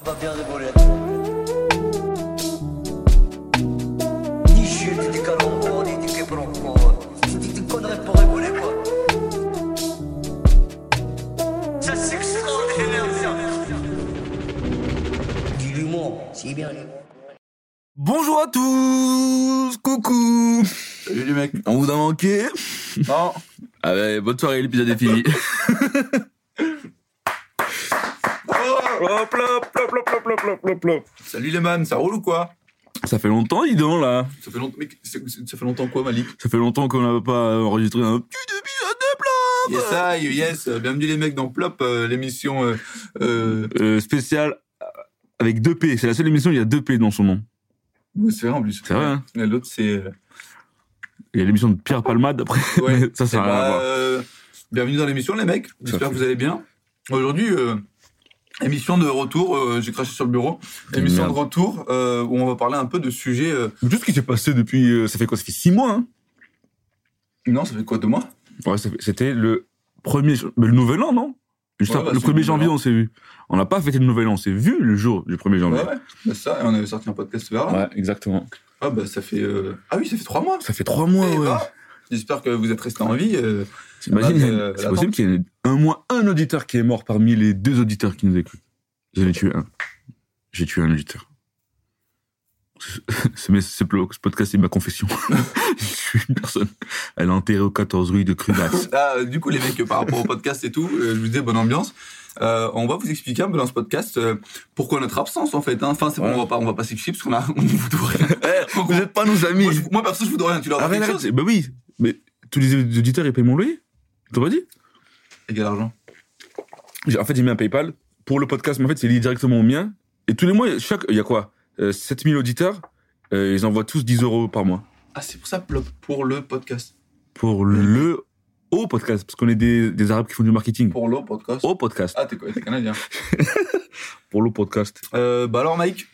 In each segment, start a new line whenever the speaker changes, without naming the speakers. On va bien rigoler. Ni chute, ni calembour, ni ni quiproquo. C'est des- des conneries pour rigoler, quoi. Ça, c'est extraordinaire, ça. Du l'humour, c'est bien l'humour.
Bonjour à tous Coucou
Salut les mecs.
On vous a manqué
Non.
Ah ouais, bonne soirée, l'épisode est fini.
Hop, hop, hop, hop, hop, hop, hop, hop, hop.
Salut les man, ça roule ou quoi
Ça fait longtemps, dis donc, là.
Ça fait longtemps, mec, c'est- c'est- ça fait longtemps quoi Malik
Ça fait longtemps qu'on n'a pas enregistré un petit épisode de
Yes, I, yes. euh, Bienvenue les mecs dans Plop, euh, l'émission euh, euh,
plan euh, spécial avec deux P. C'est la seule émission où il y a deux P dans son nom.
ouais, c'est vrai en plus.
C'est vrai, hein.
Mais L'autre c'est euh,
Il y a l'émission de Pierre Palmade après.
ouais.
ça, ça
Eh
n'a rien à
bah,
voir.
euh, bienvenue dans l'émission les mecs.
Ça
J'espère
fait.
que vous allez bien. Aujourd'hui euh, émission de retour, euh, j'ai craché sur le bureau. Émission
Merde.
de retour euh, où on va parler un peu de sujets euh,
Tout ce qui s'est passé depuis. euh, ça fait quoi Ça fait six mois, hein
Non, ça fait quoi deux mois
Ouais, ça fait- c'était le premier. mais le nouvel an, non Juste
Ouais,
après-
bah,
le
c'est le
1er janvier,
nouvel an.
on s'est vu. On n'a pas fêté le nouvel an, on s'est vu le jour du 1er
Ouais,
janvier.
ouais. C'est ça, et on avait sorti un podcast vers là.
exactement.
Ah bah ça fait euh, Ah oui, ça fait trois mois.
Ça fait trois mois,
Eh
ouais.
bah, J'espère que vous êtes restés en vie. euh,
T'imagines,
Ah, mais, euh,
c'est
l'attente.
possible qu'il y ait un moins un auditeur qui est mort parmi les deux auditeurs qui nous écoutent. J'en ai tué un. J'ai tué un auditeur. Ce, ce- ce podcast, c'est ma confession. J'ai tué une personne. Elle est enterrée au 14 rue de Crudas.
Ah, euh, du coup, les mecs, par rapport au podcast et tout, euh, je vous disais bonne ambiance. Euh, on va vous expliquer un peu dans ce podcast euh, pourquoi notre absence en fait. Hein. Enfin, c'est bon,
Ouais. Eh,
on va pas, on va pas s'expliquer parce qu'on a, on vous doit rien. En gros,
Vous n'êtes pas nos amis.
moi, je- moi, perso, je vous dois rien. Tu leur as
arrête,
quelque
arrête.
chose
Bah oui. Mais tous les auditeurs, ils payent mon loyer. T'as pas dit
Et quel argent
J'ai- En fait, j'ai mis un PayPal pour le podcast, mais en fait, c'est lié directement au mien. Et tous les mois, chaque, il y a quoi Euh, 7000 auditeurs, euh, ils envoient tous 10 euros par mois.
Ah, c'est pour ça, Plop, pour le podcast,
pour le haut podcast, parce qu'on est des, des Arabes qui font du marketing.
pour le podcast.
Au podcast,
Ah, t'es quoi T'es canadien.
pour le podcast.
Euh, bah alors, Mike,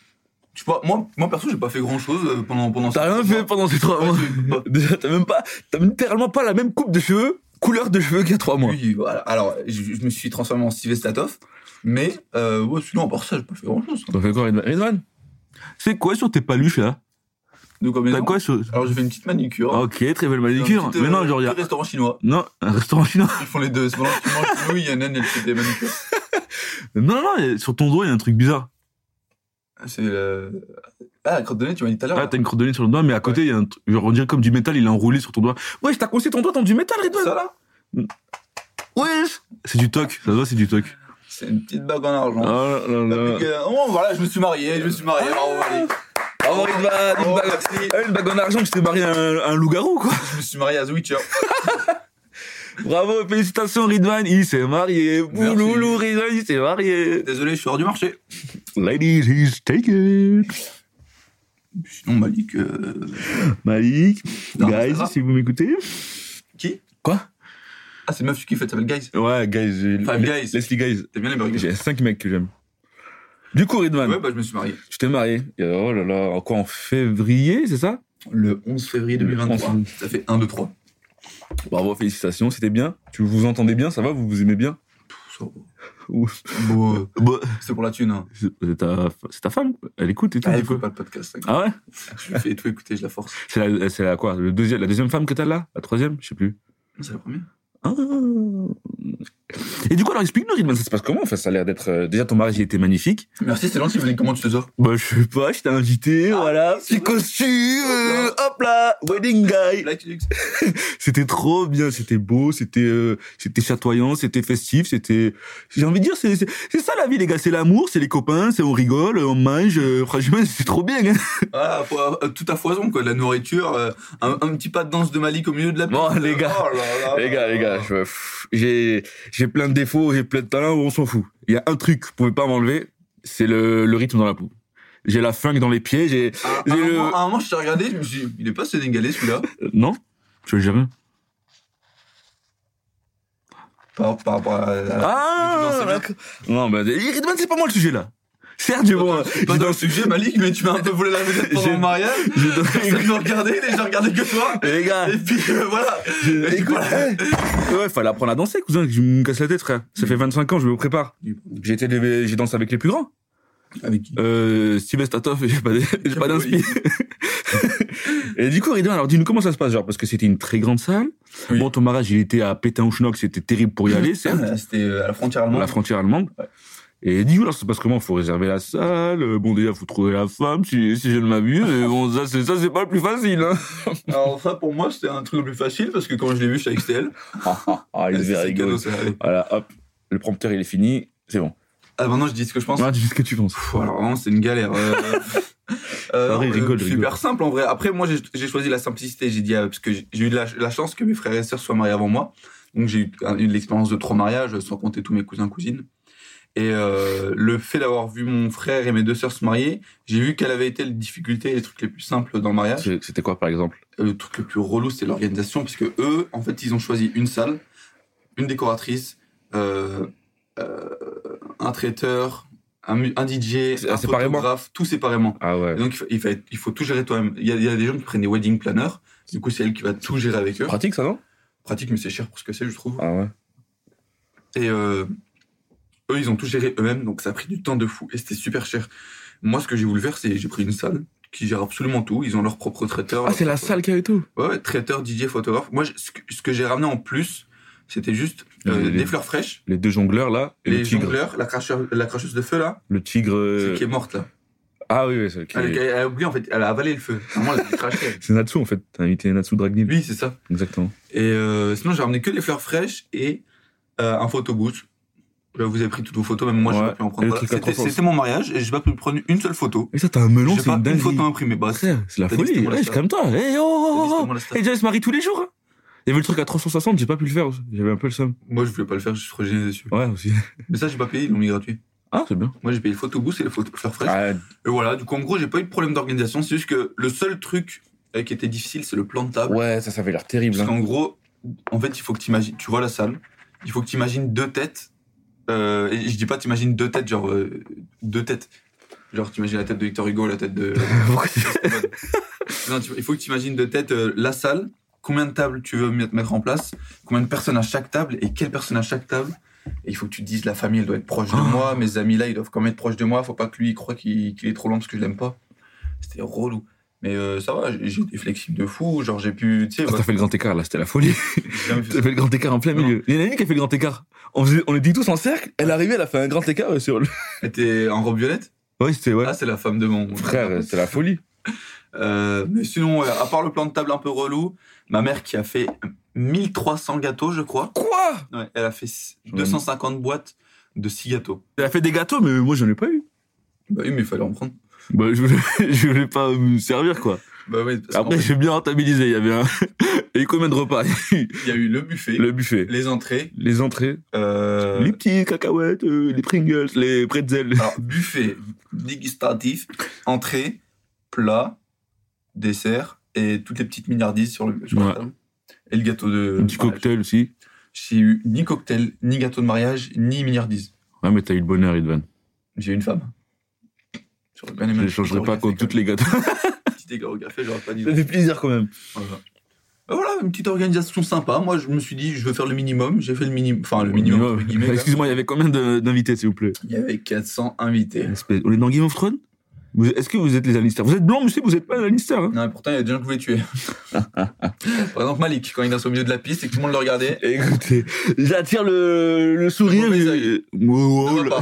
tu vois, moi, moi perso, j'ai pas fait grand chose pendant pendant.
T'as
ces
rien
trois
fait
mois.
pendant ces trois
Ouais,
mois.
j'ai- bah,
Déjà, t'as même pas, t'as littéralement pas la même coupe de cheveux, couleur de cheveux qu'il y a trois mois.
Oui, euh, voilà. Alors, je, je me suis transformé en Steve Statoff, mais euh, ouais, sinon, à part ça, j'ai pas fait hein. grand chose.
Donc, encore Redwan. Redwan, C'est quoi sur tes paluches là
Donc, combien
T'as quoi sur.
Alors, j'ai fait une petite manucure.
Ah, Ok, très belle manucure.
Un petit,
Mais non,
euh,
genre, il y a.
petit restaurant chinois.
Non, un restaurant chinois.
Ils font les deux. C'est pendant que tu manges une nouille, il y a un naine, elle te fait des manucures.
Non, non, non, sur ton doigt, il y a un truc bizarre.
C'est le. Ah, la crotte de nez, tu m'as dit tout à l'heure.
Ah,
là.
t'as une crotte de nez sur le doigt, mais à côté, il y a un truc. Genre, on dirait comme du métal, il est enroulé sur ton doigt. Wesh, t'as coincé ton doigt dans du métal,
ça
Redwan
là
Wesh C'est du toc, ça se voit, c'est du toc.
C'est une petite bague en
Oh
argent.
là là.
Avec, euh, Oh, voilà, je me suis marié, je me suis marié. Bravo, allez.
Oh, il va, une, bague,
Bravo, bah,
Ah
merci.
une bague en argent, tu t'es marié à un, à un loup-garou, quoi.
Je me suis marié à The Witcher.
Bravo, félicitations, Ridvan, il s'est marié.
Merci.
Bouloulou, Ridvan, il s'est marié.
Désolé, je suis hors du marché.
Ladies, he's taken.
Sinon, Malik. euh,
Malik,
Non,
guys,
ça va.
si vous m'écoutez.
Qui
Quoi
Ah, c'est une meuf qui fait, ça s'appelle Guys.
Ouais, guys. j'ai-
Five
Les-
guys.
Leslie, guys.
T'aimes bien les burgers
J'ai cinq mecs que j'aime. Du coup, Ridvan,
Ouais, bah, je me suis marié.
tu t'es marié. Et, Oh là là, encore en février, c'est ça
Le 11 février 2023.
Le
Ça fait 1, 2, 3.
Bravo, félicitations, c'était bien. Tu vous entendez bien, ça va Vous vous aimez bien Ouf.
Bon, euh,
Bah,
c'est pour la thune. Hein.
c'est c'est ta, c'est ta femme, elle écoute et tout.
Ah,
du
elle écoute
coup.
pas le podcast. hein.
ah ouais
Je lui fais tout écouter, je la force.
C'est la, c'est la quoi le deuxième, La deuxième femme que t'as là La troisième Je sais plus.
Non, C'est la première.
Ah. Et du coup, alors explique-nous, Ridman, ça se passe comment Enfin, ça a l'air d'être. euh, déjà, ton mariage, il était magnifique.
Merci, c'est gentil, Malik. Comment tu te sors
Bah, je sais pas, je t'ai invité,
Ah,
voilà. Petit
c'est vrai.
costume, euh, hop là, wedding guy.
Black Lux.
C'était trop bien, c'était beau, c'était euh, c'était chatoyant, c'était festif, c'était. J'ai envie de dire, c'est c'est- c'est ça la vie, les gars, c'est l'amour, c'est les copains, c'est on rigole, on mange. euh, franchement, c'est trop bien. hein.
Voilà, fo- euh, tout à foison, quoi. De la nourriture, euh, un, un petit pas de danse de Malik au milieu de la
Bon, les gars.
Oh là là.
Les gars, les gars, je- pff, j'ai j'ai plein de défauts, j'ai plein de talents, on s'en fout. Il y a un truc que vous pouvez pas m'enlever, c'est le, le rythme dans la peau. J'ai la funk dans les pieds, j'ai...
À, à
j'ai
Ah, un
le-
moment, à un moment, je t'ai regardé, je me suis dit, il est pas sénégalais celui-là.
Euh, Non Tu veux gérer
Par, par rapport à. à-
Ah
c'est bien.
d'accord. Non, bah, Ridman, c'est pas moi le sujet, là. Sergio, bon, j'ai
pas dans le
dansé-
sujet, Malik, mais tu m'as un peu volé la vedette pendant
J'ai-
le mariage.
j'ai dansé-
Personne ne me regardait, les gens regardaient que toi.
Les gars,
Et puis, euh, voilà.
je- écoute, eh, ouais, fallait apprendre à danser, cousin, que je me casse la tête, frère. Ça fait 25 ans, je me prépare. J'ai été, j'ai dansé avec les plus grands.
Avec qui
Euh, Steve Estatov, j'ai pas, j'ai pas d'inspi. et du coup, Ridwan, alors dis-nous comment ça se passe, genre, parce que c'était une très grande salle.
Oui.
Bon, ton mariage, il était à Pétain-Ouchnock, c'était terrible pour y aller, c'est
Ah, C'était euh, à la frontière
à
allemande.
la frontière allemande.
Ouais.
Et dis-nous, alors, ça se passe comment Faut réserver la salle, euh, bon, déjà, faut trouver la femme, si, si je ne m'abuse, et bon, ça, c'est, ça, c'est pas le plus facile, hein.
Alors ça, pour moi, c'était un truc le plus facile parce que quand je l'ai vu, j'étais avec Stel.
ah, il
C'est
devait rigoler.
cadeau, ça, allez.
Voilà, hop, le prompteur, il est fini, c'est bon.
Ah, maintenant, je dis ce que je pense.
Ah, dis ce que tu penses.
Pff, alors vraiment, c'est une galère. Euh, euh,
Pareil,
euh,
rigole,
super
rigole.
simple en vrai. Après, moi, j'ai- j'ai choisi la simplicité. J'ai dit euh, parce que j'ai j'ai eu de la, la chance que mes frères et sœurs soient mariés avant moi, donc j'ai eu, un- eu de l'expérience de trois mariages, euh, sans compter tous mes cousins cousines. Et euh, le fait d'avoir vu mon frère et mes deux sœurs se marier, j'ai vu quelles avaient été les difficultés, et les trucs les plus simples dans le mariage.
C'est- C'était quoi, par exemple
le truc le plus relou, c'est l'organisation, parce que eux, en fait, ils ont choisi une salle, une décoratrice, euh, euh, un traiteur, un, mu- un DJ,
C'est-
un
séparément
photographe, tout séparément.
Ah ouais.
Et donc, il fa- il, fa- il faut tout gérer toi-même. Il y, a- il y a des gens qui prennent des wedding planners, du coup, c'est elle qui va tout gérer avec eux.
Pratique, ça, non
Pratique, mais c'est cher pour ce que c'est, je trouve.
Ah ouais.
Et euh, eux, ils ont tout géré eux-mêmes, donc ça a pris du temps de fou, et c'était super cher. Moi, ce que j'ai voulu faire, c'est j'ai pris une salle qui gère absolument tout. Ils ont leur propre traiteur.
Ah,
leur
c'est la
propre-
salle qui a et tout
Ouais, ouais, traiteur, DJ, photographe. Moi, je- ce que, ce que j'ai ramené en plus, c'était juste euh,
Les- les-
des fleurs fraîches,
Les deux jongleurs, là, et
les
le tigre.
jongleurs, la, cracheur- la cracheuse de feu, là,
Le tigre... euh,
celle qui est morte, là.
Ah oui, oui, c'est qui...
Elle, elle a oublié, en fait, elle a avalé le feu. Vraiment, elle a craché.
C'est Natsu, en fait. T'as invité Natsu Dragnil.
Oui, c'est ça.
Exactement.
Et euh, sinon, j'ai ramené que des fleurs fraîches et euh, un photobooth. Là, vous avez pris toutes vos photos, même moi, j'ai
Ouais,
pas pu en
et
prendre.
le
Voilà.
truc à
C'était
trois sens.
c'était mon mariage et j'ai pas pu prendre une seule photo.
Et ça, t'as un melon,
J'ai
c'est
pas
une
une
dinguerie.
photo imprimée. Bah, c'est
Frère, c'est la
T'as dit
folie.
que c'était mon
Ouais,
last
c'est comme toi. Hey, oh,
t'as dit que
oh,
c'était
oh,
mon last
oh. Et déjà, ils se marient tous les jours. hein. Il y avait le truc à 360, j'ai pas pu le faire. J'avais un peu le seum.
Moi, je voulais pas le faire, je suis trop gêné dessus.
Ouais, aussi.
Mais ça, j'ai pas payé, ils l'ont mis gratuit.
Ah, c'est bien.
Moi, j'ai payé le photobooth et les photos fleurs fraîches.
Ah,
Et voilà, du coup, en gros, j'ai pas eu de problème d'organisation. C'est juste que le seul truc euh, qui était difficile, c'est le plan de table.
ouais, ça, ça avait l'air terrible.
Parce
hein.
qu'en gros, en fait, il faut que t'imagines, tu vois la salle, il faut que t'imagines deux têtes. Euh, et je dis pas t'imagines deux têtes, genre euh, deux têtes. Genre, t'imagines la tête de Victor Hugo, la tête de.
Pourquoi tu-
non, tu- il faut que t'imagines deux têtes euh, la salle, combien de tables tu veux mettre mettre en place, combien de personnes à chaque table et quelle personne à chaque table. Et il faut que tu te dises la famille, elle doit être proche de
Ah.
moi, mes amis là, ils doivent quand même être proches de moi, faut pas que lui il croit qu'il qu'il est trop lent parce que je l'aime pas. C'était relou. Mais euh, ça va, j'ai- j'ai été flexible de fou, genre j'ai pu, tu sais,
Ah,
bah,
T'as fait le grand écart, là, c'était la folie.
j'ai jamais fait
T'as
ça.
fait le grand écart en plein
Non.
milieu. Il y en a une qui a fait le grand écart. On, faisait- on était tous en cercle, elle arrivait, elle a fait un grand écart euh, sur le.
Elle était en robe violette
Ouais, c'était, ouais.
Ah, c'est la femme de mon
Frère, c'est la folie.
Euh, mais sinon, ouais, à part le plan de table un peu relou, ma mère qui a fait 1300 gâteaux, je crois,
Quoi
Ouais, elle a fait 250 boîtes de 6 gâteaux.
Elle a fait des gâteaux, mais moi, j'en ai pas eu.
Bah oui, mais il fallait en prendre.
Bah, je voulais, je voulais pas me servir, quoi.
Bah oui, parce qu'en
Après,
fait,
j'ai bien rentabilisé. Il y avait un. Et combien de repas
il y a eu le buffet,
Le buffet,
les entrées,
les entrées,
euh,
les petites cacahuètes, euh, les Pringles, les pretzels.
alors, buffet dégustatif, entrée, plat, dessert et toutes les petites milliardises sur le sur la
Ouais.
table. Et le gâteau de.
Un petit
mariage.
cocktail aussi.
J'ai eu ni cocktail, ni gâteau de mariage, ni milliardise.
Ouais, mais t'as eu le bonheur, Idvan.
J'ai eu une femme. J'aurais bien aimé
Je
un
ne
petit
changerai
écart
pas
au
contre
café,
toutes les gâteaux.
quand même. Petit écart au café, j'aurais pas dit.
fait plaisir quand même.
Voilà. Ben voilà, une petite organisation sympa. Moi, je me suis dit, je veux faire le minimum. J'ai fait le minimum.
Ah,
Enfin, le minimum. entre guillemets, quand même.
Excuse-moi, il y avait combien de- d'invités, s'il vous plaît
Il y avait 400 invités.
Espèce- On est dans Game of Thrones Vous- Est-ce que vous êtes les Lannister Vous êtes blanc, monsieur, vous êtes pas les Lannister. hein
Non, mais pourtant, il y a des gens que vous voulez tuer. Par exemple, Malik, quand il danse au milieu de la piste et que tout le monde le regardait.
Écoutez, j'attire le, le sourire.
Mauvais
mais-
oeil.
Wow, wow,
Non,
le-
pas.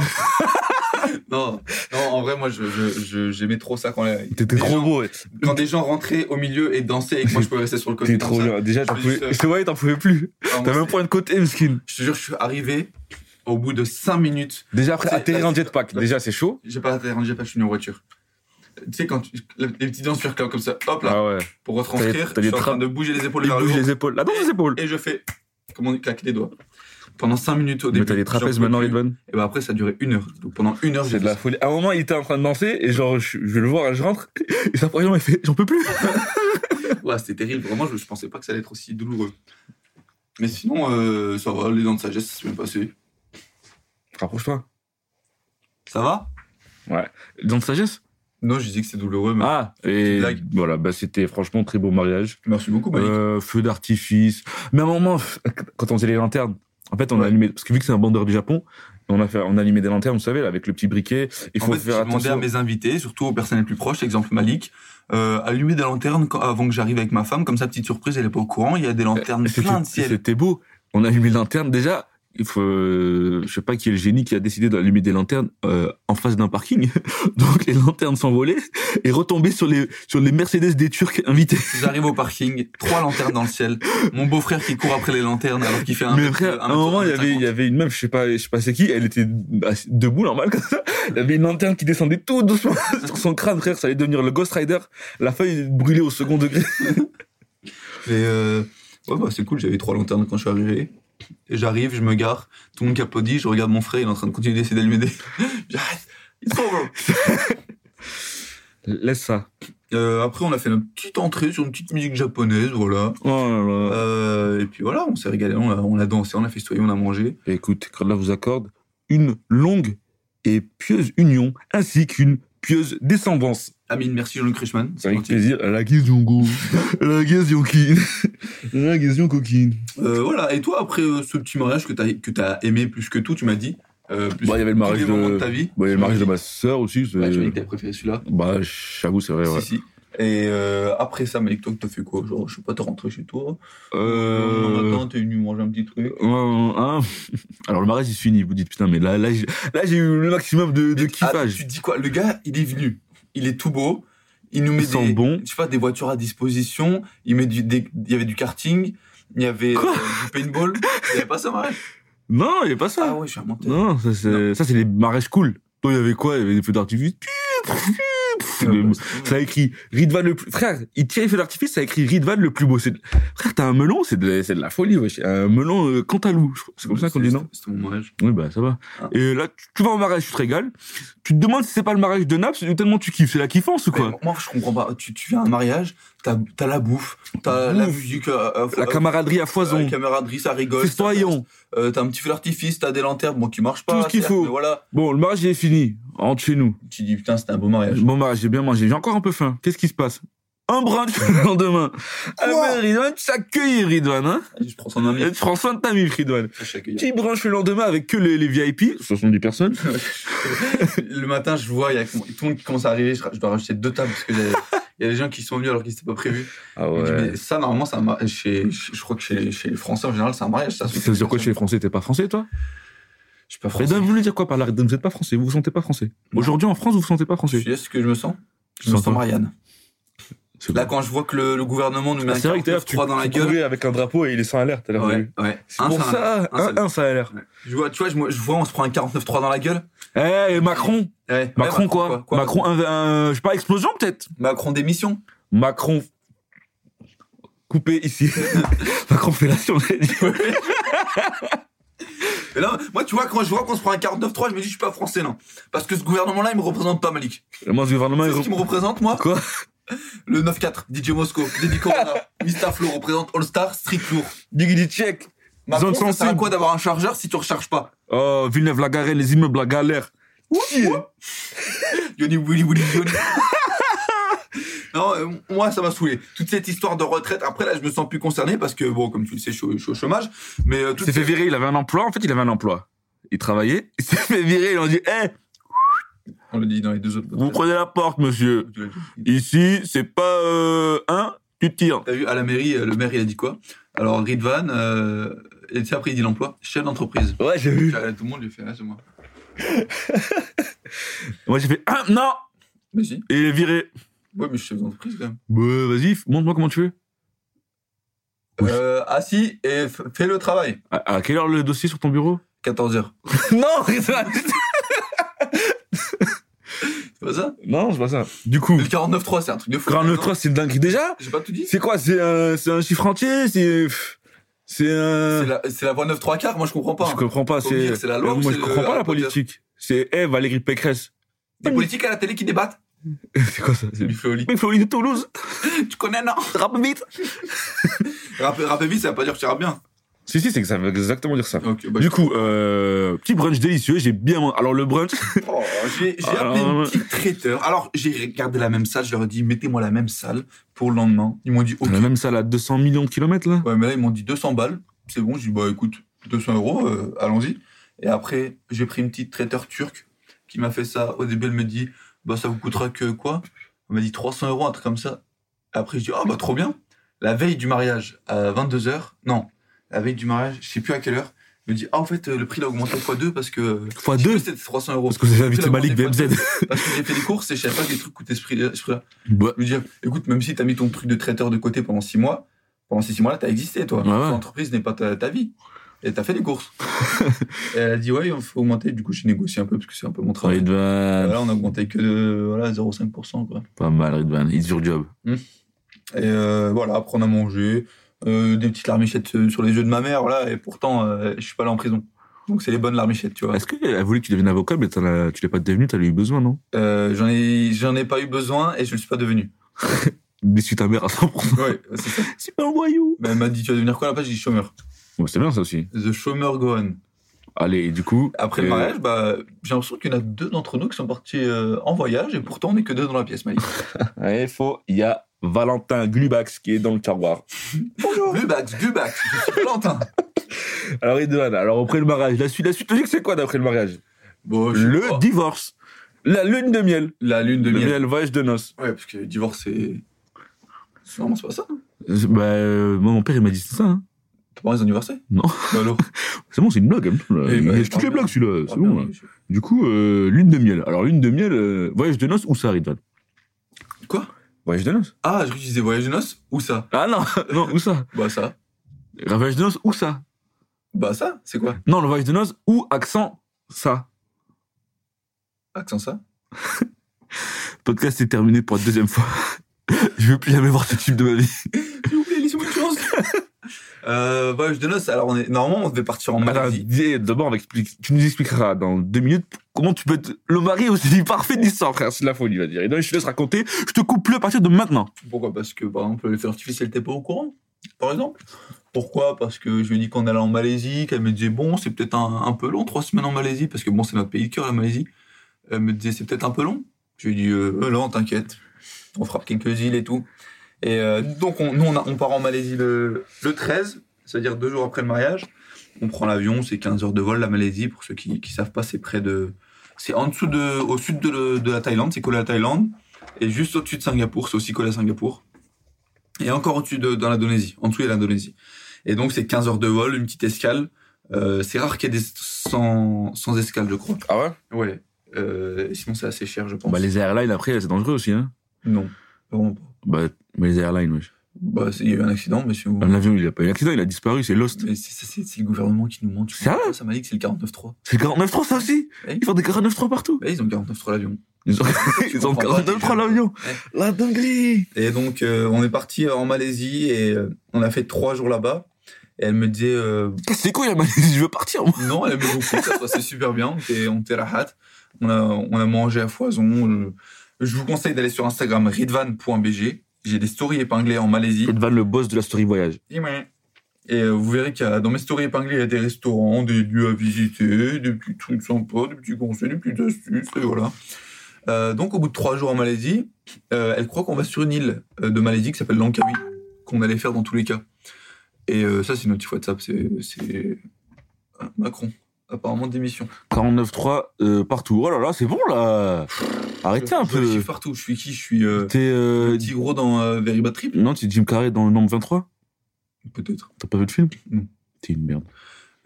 non, non, en vrai, moi, j'aimais je, je, j'aimais trop ça quand, euh, les-
T'étais
des
trop
gens-
beau. ouais.
quand des gens rentraient au milieu et dansaient et que moi, je pouvais rester sur le côté.
T'es
comme
trop
ça. euh,
bien. Déjà, t'en
Je
pouvais.
dis ça.
Je te voyais, t'en pouvais plus.
Ah, moi,
T'avais un
c'est-
point de côte, M-Skin.
Je te jure, je suis arrivé au bout de 5 minutes.
Déjà, après,
C'est-
atterrir
là,
en
c'est-
jetpack. Déjà, c'est chaud.
J'ai pas atterri, pas, je suis venu en voiture. Tu sais, quand tu- les petits danses sur cloud comme ça, hop là,
Ah ouais.
pour retranscrire,
T'as- t'as
je suis
des
en train
trappes.
de bouger les épaules
Il
vers le
bouge
haut
les épaules. La danse des épaules.
et je fais, comment on dit, claquer des doigts. Pendant 5 minutes au
Mais
début.
t'as des trapèzes
j'en pouvais
maintenant,
plus.
Redman
Et bah après, ça durait une heure. Donc pendant une heure, j'ai
C'est de la folie. À un moment, il était en train de danser et genre, je, je le vois, je rentre et ça par exemple, il fait, j'en peux plus.
Ouais, c'était terrible. Vraiment, je, je pensais pas que ça allait être aussi douloureux. Mais sinon, euh, ça va, les dents de sagesse, ça s'est bien passé.
Rapproche-toi.
Ça va
Dans de sagesse.
Non, je dis que c'est douloureux, mais.
Ah et
blague. Oh, bah,
voilà, bah c'était franchement très beau mariage.
Merci beaucoup, Malik.
Euh, feu d'artifice. Mais à un moment, quand on faisait les lanternes, en fait, on
Ouais.
a allumé parce que vu que c'est un bandeur du Japon, On a, fait, on a allumé des lanternes, vous savez, là, avec le petit briquet. Il faut
en fait,
faire
j'ai demandé à
attention.
mes invités, surtout aux personnes les plus proches, exemple Malik, euh, allumer des lanternes quand- avant que j'arrive avec ma femme, comme ça, petite surprise, elle est pas au courant, il y a
Eh,
des lanternes
Euh, C'était-
plein de ciel.
C'était beau. On a allumé les lanternes. Déjà, il faut, euh, je sais pas qui est le génie qui a décidé d'allumer des lanternes euh, en face d'un parking. Donc les lanternes s'envolaient et retombaient sur les sur les Mercedes des Turcs invités.
J'arrive au parking, trois lanternes dans le ciel, mon beau-frère qui court après les lanternes alors qu'il fait un...
Mais
mètre-
frère, à un
mètre
moment il y avait
50.
il y avait une meuf, je sais pas je sais pas c'est qui, elle était assis- debout normal comme ça. Il y avait une lanterne qui descendait tout doucement sur son crâne, frère. Ça allait devenir le Ghost Rider. La feuille brûlée au second degré.
Mais euh, ouais, bah, c'est cool, j'avais trois lanternes quand je suis arrivé. Et J'arrive, je me gare, tout le monde applaudit, je regarde mon frère, il est en train de continuer d'essayer d'allumer des. J'arrête, il est trop bon.
Laisse ça.
Euh, Après, on a fait notre petite entrée sur une petite musique japonaise, voilà.
Oh là là.
Euh, et puis voilà, on s'est régalé, on a, on a dansé, on a festoyé, on a mangé.
Et Eh, Écoute, qu'Allah vous accorde une longue et pieuse union, ainsi qu'une pieuse descendance.
Amine, merci Jean-Luc Richman. c'est
Avec
gentil.
plaisir, à la question go, à la question coquine, à la question coquine.
Euh, voilà, et toi, après euh, ce petit mariage que t'as que t'as aimé plus que tout, tu m'as dit. euh, plus
Bah, il y avait le
tous
mariage
les moments
de-
ta vie.
Bah, il y a le mariage de
Tu m'as
ma sœur aussi. c'est-
dit- Ouais, tu m'as dit que t'avais préféré celui-là.
bah, j'avoue, c'est vrai, ouais.
Si, si. Et euh, après ça, Malik, toi, t'as fait quoi Genre, je sais pas, t'es rentré chez toi
Euh,
Attends, t'es venu manger un petit truc.
euh, hein. Alors, le mariage, il se finit. Vous dites, putain, mais là, là, j'ai, là, j'ai eu le maximum de, de
Ah,
kiffage.
tu dis quoi Le gars, il est venu. Il est tout beau. Il nous met
sent
des,
bon.
je sais pas, des voitures à disposition. Il met du, des- il y avait du karting. Il y avait
Quoi
euh, du paintball. Il y avait pas ça, mariage
Non, il n'y a pas ça.
Ah ouais, je suis un menteur.
Non, ça, c'est, ça, c'est les mariages cool. Toi, il y avait quoi? Il y avait des feux d'artifice.
Ouais,
Le-
bah, c'est vrai.
Ça a écrit Ridvan le plus. Frère, il tire les feux d'artifice, ça a écrit Ridvan le plus beau. C'est de- Frère, t'as un melon, c'est de, la- c'est de la folie, wesh. Un melon euh, Cantalou. je crois. C'est comme ça qu'on dit, non
C'était mon mariage.
Oui, bah, ça va.
Ah.
Et là, tu, tu vas au mariage, tu te régales. Tu te demandes si c'est pas le mariage de Naps, tellement tu kiffes. C'est la kiffance ou quoi
Mais Moi, je comprends pas. Tu, tu viens à un mariage, t'as as la bouffe, t'as la
Bouffe.
musique, euh, euh,
La
euh,
camaraderie à
euh,
foison.
camaraderie, ça rigole.
Festoyons.
Euh, t'as un petit feu d'artifice, t'as des lanternes, bon, qui marchent pas.
Tout ce qu'il
certes,
faut.
mais Voilà.
Bon, le mariage, il est fini. Rentre chez nous.
Tu dis, putain, c'était un beau mariage.
Bon, bah, j'ai bien mangé. J'ai encore un peu faim. Qu'est-ce qui se passe un brunch le lendemain. Ah ben, Ridwan, tu t'accueilles, Ridwan, hein.
Je prends son ami.
Et tu prends soin de ta vie, Ridwan.
Je sais que-
Petit brunch le lendemain avec que les, les VIP, 70 personnes.
le matin, je vois, il y a tout le monde qui commence à arriver. Je, je dois rajouter deux tables parce que j'ai- il y a des gens qui sont venus alors qu'ils n'étaient pas prévus.
Ah
Je dis, mais ça, normalement, c'est un mar- chez, chez- je crois que chez, chez les Français en général, c'est un mariage. Ça,
Ça veut dire quoi chez les Français T'es pas français, toi
Je suis pas
Mais
français.
donc, vous voulez dire quoi par là Vous êtes pas français, vous vous sentez pas français. Aujourd'hui, en France, vous vous sentez pas
Tu
français.
sais ce que je me sens Je
Tu
me
sens
sens
quoi
Marianne.
C'est
Là,
vrai.
quand je vois que le, le gouvernement nous met
Ah,
un
c'est vrai que t'es là, tu
49-3 dans la gueule.
courais avec un drapeau et il est sans alerte, t'as l'air de
Ouais,
lui.
ouais.
C'est
Un,
pour
un.
ça, un,
un, ça-
un, ça a l'air.
Je vois, tu vois, je, me- je vois, on se prend un 49-3 dans la gueule.
Eh, et Macron
Ouais. Ouais,
Macron quoi,
Macron,
Macron, un, un- je sais pas, explosion peut-être
Macron démission.
Macron. Coupé ici. Macron fellation, on l'a dit.
Mais là, moi, tu vois, quand je vois qu'on se prend un 49-3, je me dis, je suis pas français, non. Parce que ce gouvernement-là, il me représente pas, Malik.
Moi, ce gouvernement,
Tu
il
sais ce qui me
rep-
représente, moi
Quoi
Le 9-4, DJ Mosco, Didi Corona, Mr. Flo représente All Star, Street Lourd.
Diggity check.
Macron,
Zone
ça sert à
sensible.
quoi d'avoir un chargeur si tu recharges pas
Oh, Villeneuve-la-Garenne, les immeubles, la galère.
Yoni Willy Willy Yoni. Non, euh, moi ça m'a saoulé. Toute cette histoire de retraite, après là je me sens plus concerné parce que bon, comme tu le sais, je suis au, je suis au chômage. Mais euh,
Il
toute
s'est fait virer, il avait un emploi. En fait, il avait un emploi. Il travaillait, il s'est fait virer, ils ont dit, eh, hé,
On le dit dans les deux autres.
vous prenez la porte, monsieur.
Tu l'as dit.
Ici, c'est pas euh, un, tu tires.
T'as vu, à la mairie, euh, le maire il a dit quoi Alors Ridvan, euh, et tu sais, après il dit l'emploi, chef d'entreprise.
Ouais, j'ai vu.
Euh, Tout le monde lui fait, ah, c'est moi.
Moi, j'ai fait, ah, non
Mais si,
Et il est viré.
ouais, mais je suis chef d'entreprise quand même.
Bah, vas-y, f- montre-moi comment tu veux. Oui.
Euh, assis et f- fais le travail.
À, à quelle heure le dossier sur ton bureau
14h.
Non, c'est
C'est pas ça
Non, c'est pas ça. Du coup,
Le 49.3, c'est un truc de fou.
Grand
Non,
Le 3, c'est dingue. Déjà,
J'ai pas tout dit.
c'est quoi C'est un, c'est un chiffre entier C'est. pff, C'est un.
C'est la, c'est la voie 9 3 quarts, moi je comprends pas.
Je comprends pas.
Faut
C'est. Euh,
dire, c'est la loi ou
Moi,
c'est
je comprends
le-
pas
un
la
podcast
politique. C'est, eh, Valérie Pécresse.
Des politiques à la télé qui débattent.
c'est quoi ça C'est.
Du feu au lit.
Mais Floride de Toulouse,
Tu connais, non
rappe vite
Rapper, rapper vite, ça veut pas dire que tu iras bien.
Si, si, c'est que ça veut exactement dire ça.
Ok, bah,
Du coup, euh, petit brunch délicieux, j'ai bien mangé. Alors le brunch,
oh, j'ai j'ai
Ah,
appelé
ouais.
une petite traiteur. Alors, j'ai regardé la même salle, je leur ai dit, mettez-moi la même salle pour le lendemain. Ils m'ont dit, ok.
la même salle à 200 millions de kilomètres là.
Ouais, mais là, ils m'ont dit 200 balles. C'est bon, j'ai dit, bah écoute, 200 euros, euh, allons-y. Et après, j'ai pris une petite traiteur turque qui m'a fait ça. Au début, elle me dit, bah, ça vous coûtera que quoi Elle m'a dit 300 euros, un truc comme ça. Après, je dis, ah, bah, trop bien. La veille du mariage, à 22h, non, la veille du mariage, je sais plus à quelle heure, elle me dit, ah, en fait, le prix l'a augmenté fois 2 parce que.
Fois
Je sais plus,
deux
C'était 300 euros.
Parce que vous avez invité
Tu l'as
Malik
demandé
BMZ.
Parce que j'ai fait des courses et je savais pas que les trucs coûtaient ce prix- ce prix-là.
Ouais.
Lui dire, écoute, même si t'as mis ton truc de traiteur de côté pendant 6 mois, pendant ces 6 mois-là, t'as existé, toi.
Ouais, ouais.
Ton entreprise n'est pas ta, ta vie. Et t'as fait des courses. et elle a dit, ouais, il faut augmenter. Du coup, j'ai négocié un peu parce que c'est un peu mon travail.
Ridvan,
Voilà, on a augmenté que de, voilà, 0,5%. Quoi.
pas mal Ridvan, it's your job.
Et euh, voilà, après, on a mangé. euh, des petites larmichettes euh, sur les yeux de ma mère, voilà, et pourtant, euh, je suis pas là en prison. Donc, c'est les bonnes larmichettes, tu vois.
Est-ce qu'elle voulait que tu deviennes avocat, mais t'en as- tu l'as pas devenu, t'en as eu besoin, non
Euh, j'en, ai, j'en ai pas eu besoin et je le suis pas devenu.
Déçu ta mère à 100%.
Ouais, c'est ça.
C'est pas un voyou
Mais elle m'a dit, tu vas devenir quoi là-bas J'ai dit chômeur.
Bon, C'est bien ça aussi.
The Chômeur Gohan.
Allez, et du coup.
Après
euh,
le mariage, bah, j'ai l'impression qu'il y en a deux d'entre nous qui sont partis euh, en voyage et pourtant on n'est que deux dans la pièce, Malik.
Ouais, faux. Eh, Il y a Valentin Glubax qui est dans le tiroir. Bonjour.
Bubax, Bubax, je suis Valentin.
Alors, Edouard, alors après le mariage, la suite, la suite logique, c'est quoi d'après le mariage
Bon, je sais
Le
pas.
divorce. La lune de miel.
La lune de
Le
miel.
miel, voyage de noces.
Ouais, parce que divorce, c'est. c'est- Normalement, c'est pas ça. non
Euh, Bah, euh, moi, mon père, il m'a dit ça. hein.
T'as pas raison d'anniversaire
Non.
Bah, alors.
C'est bon, c'est une blague. hein, putain, là.
Eh
Il
ben,
lève toutes
pardon.
les blagues, celui-là.
Ah,
C'est bon.
bien,
là.
je-
Du coup, euh, lune de miel. Alors, lune de miel, euh, voyage de noces, où ça, Ridvan
Quoi
Voyage de noces
Ah, je disais voyage de noces ou ça
Ah non, non, où ça
Bah, ça.
Voyage de noces, où ça
Bah, ça, c'est quoi
Non, le voyage de noces, ou accent, ça.
Accent ça
podcast est terminé pour la deuxième fois. Je veux plus jamais voir ce type de ma vie.
J'ai oublié, laissez-moi une chance. euh, voyage de noces, alors on est... normalement, on devait partir en
Attends,
Malaisie.
Bah, dis- D'abord, on va expliquer- tu nous expliqueras dans deux minutes comment tu peux être le mari aussi parfait de l'histoire, frère. C'est de la folie, il va dire. Et donc, je te laisse raconter. Je te coupe plus à partir de maintenant.
Pourquoi Parce que, par exemple, le feu artificiel t'es pas au courant, par exemple. Pourquoi Parce que je lui ai dit qu'on allait en Malaisie, qu'elle me disait, bon, c'est peut-être un, un peu long, trois semaines en Malaisie, parce que bon, c'est notre pays de cœur, la Malaisie. Elle me disait, c'est peut-être un peu long. Je lui ai dit, euh, euh, non, t'inquiète, on frappe quelques îles et tout. Et euh, donc, on, nous, on, a- on part en Malaisie le, le 13, c'est-à-dire deux jours après le mariage. On prend l'avion, c'est 15 heures de vol, la Malaisie, pour ceux qui ne savent pas, c'est près de. C'est en dessous de. au sud de, le- de la Thaïlande, c'est collé à la Thaïlande. Et juste au-dessus de Singapour, c'est aussi collé à Singapour. Et encore au-dessus de, dans l'Indonésie. En dessous, il y a l'Indonésie. Et donc, c'est 15 heures de vol, une petite escale. Euh, c'est rare qu'il y ait des sans, sans escale, je crois.
Ah ouais
Ouais. Euh, sinon, c'est assez cher, je pense.
Bah, les airlines, après, c'est dangereux aussi, hein.
Non, vraiment pas.
Bah, mais les airlines, wesh.
Bah, c'est- il y a eu un accident, mais c'est-
Un avion, il a pas eu d'accident, il a disparu, c'est Lost.
mais c'est- c'est c'est- c'est le gouvernement qui nous montre.
Sérieux
Ça m'a dit que c'est le 49.3.
C'est 49.3, ça aussi
Ouais.
Ils font des 49.3 partout.
Bah, ils ont 49.3 l'avion.
Ils ont, ils ont
comprends pas,
49.3
déjà.
l'avion.
Ouais.
La dinguerie
Et donc, euh, on est parti en Malaisie et euh, on a fait trois jours là-bas. Et elle me disait, euh,
Putain, C'est quoi, il a mal dit, je veux partir, moi.
non, eh elle aimait beaucoup, ça se passait super bien, on était, on était rahat. On a, on a mangé à foison. Je, je vous conseille d'aller sur Instagram ridvan.bg. J'ai des stories épinglées en Malaisie.
Edvan, le boss de la story voyage.
Et euh, vous verrez qu'il y a dans mes stories épinglées, il y a des restaurants, des lieux à visiter, des petits trucs sympas, des petits conseils, des petites astuces, et voilà. Euh, donc, au bout de trois jours en Malaisie, euh, elle croit qu'on va sur une île euh, de Malaisie qui s'appelle Langkawi, qu'on allait faire dans tous les cas. Et euh, ça, c'est notre petit WhatsApp, c'est c'est, euh, Macron, apparemment démission.
49.3 euh, partout. Oh là là, c'est bon là Arrêtez un
Je- Je suis
peu
partout, je suis qui Je suis euh,
T'es. euh,
petit gros dans euh, Very Bad Trip
Non, t'es Jim Carrey dans le nombre 23
Peut-être.
T'as pas vu le film
Non.
T'es une merde.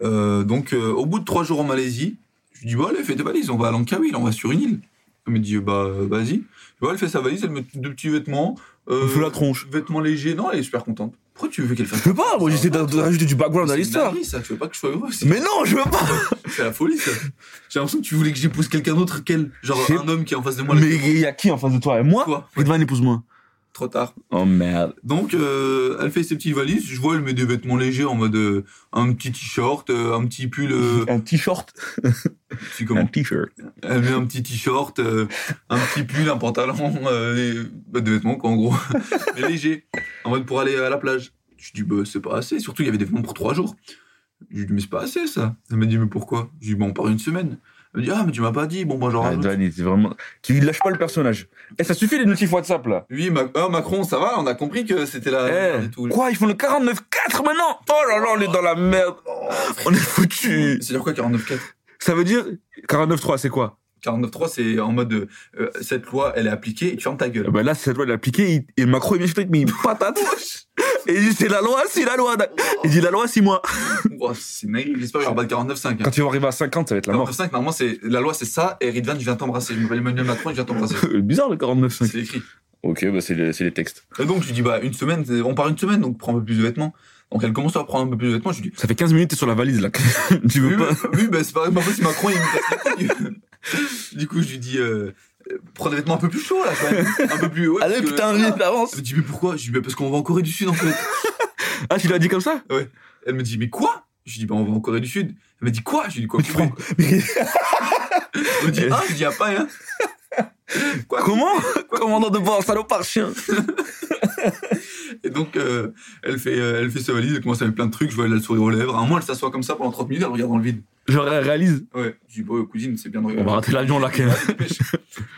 Euh, donc, euh, au bout de trois jours en Malaisie, je lui dis, bah, allez, fais tes valises, on va à Langkawi, là, on va sur une île. Elle me dit, bah, euh, vas-y. Je vois, elle fait sa valise, elle met deux petits vêtements. Euh,
Il faut la tronche.
Vêtements légers. Non, elle est super contente. Pourquoi tu veux qu'elle
Je
fasse
peux pas, moi j'essaie de de rajouter du background à
C'est une
l'histoire.
dinguerie, ça, tu veux pas que je sois heureux. C'est
Mais non, je veux pas
c'est la folie, ça. J'ai l'impression que tu voulais que j'épouse quelqu'un d'autre qu'elle. Genre
J'ai-
un homme qui est en face de moi. là,
Mais y a qui en face de toi Et moi
Toi.
Ridvan, épouse-moi.
Trop tard.
Oh merde.
Donc, euh, elle fait ses petites valises. Je vois, elle met des vêtements légers en mode euh, un petit t-shirt, euh, un petit pull. euh,
Un t-shirt.
petit
Un
comment
t-shirt.
Elle met un petit t-shirt, euh, un petit pull, un pantalon, euh, et, bah, des vêtements quoi en gros, mais léger, en mode pour aller à la plage. Je dis bah c'est pas assez, surtout il y avait des vêtements pour trois jours. Je lui dis mais c'est pas assez ça. Elle m'a dit mais pourquoi Je lui dis bah on part une semaine. Elle me dit ah mais tu m'as pas dit, bon bah j'en
Ah,
rajoute.
Ridvan, il était vraiment. Tu lâches pas le personnage. Eh, ça suffit les notifs WhatsApp là.
Oui Ma- ah, Macron ça va, on a compris que c'était la merde
Eh,
et tout.
quoi, ils font le 49.4 maintenant Oh là là, on est dans la merde. On est foutus.
C'est-à-dire quoi 49.4
Ça veut dire 49.3, c'est quoi
49.3, c'est en mode euh, euh, cette loi, elle est appliquée et tu fermes ta gueule.
Ah bah Là, cette loi, elle est appliquée. il- Et Macron, il vient chez toi, il te met une patate. et il dit C'est la loi, c'est la loi. Il dit La loi, six mois.
Ouah, c'est dingue, j'espère qu'il y aura pas de 49.5.
Quand
hein.
tu vas arriver à 50, ça va être la mort.
49.5, normalement, c'est la loi, c'est ça, et Ridvan, il vient t'embrasser. Je m'appelle Emmanuel Macron, il vient t'embrasser.
Bizarre le 49.5.
C'est écrit.
Ok, bah c'est les, c'est les textes.
Et donc, je lui dis, bah, une semaine, c'est- on part une semaine, donc prends un peu plus de vêtements. Donc, elle commence à prendre un peu plus de vêtements. Je lui dis,
Ça fait 15 minutes, t'es sur la valise là. tu
oui,
veux pas.
bah, oui, bah, c'est pareil, parfois, si Macron, il me casse les couilles. Du coup, je lui dis, euh, euh, prends des vêtements un peu plus chauds, là, quand même. Un peu plus. ouais,
Allez,
parce que-
putain, vite, avance.
Elle me dit, mais pourquoi Je lui dis, bah, parce qu'on va en Corée du Sud, en fait.
Ah, tu l'as dit comme ça
Elle me dit, mais quoi Je lui dis, bah, on va en Corée du Sud. Elle me dit, quoi Je lui dis, quoi
Mais tu prends-
quoi Elle me dit, ah, je lui dis, ah, pas, hein. Quoi
Comment Commandant de bord, salopard chien.
Et donc, euh, elle, fait, euh, elle fait sa valise, elle commence à mettre plein de trucs, je vois elle a le sourire aux lèvres. À un moment, elle s'assoit comme ça pendant 30 minutes, elle regarde dans le vide.
Genre, elle réalise.
Ouais, je dis, bon, cousine, c'est bien de
On va rater l'avion là, quand même.
Dépêche. du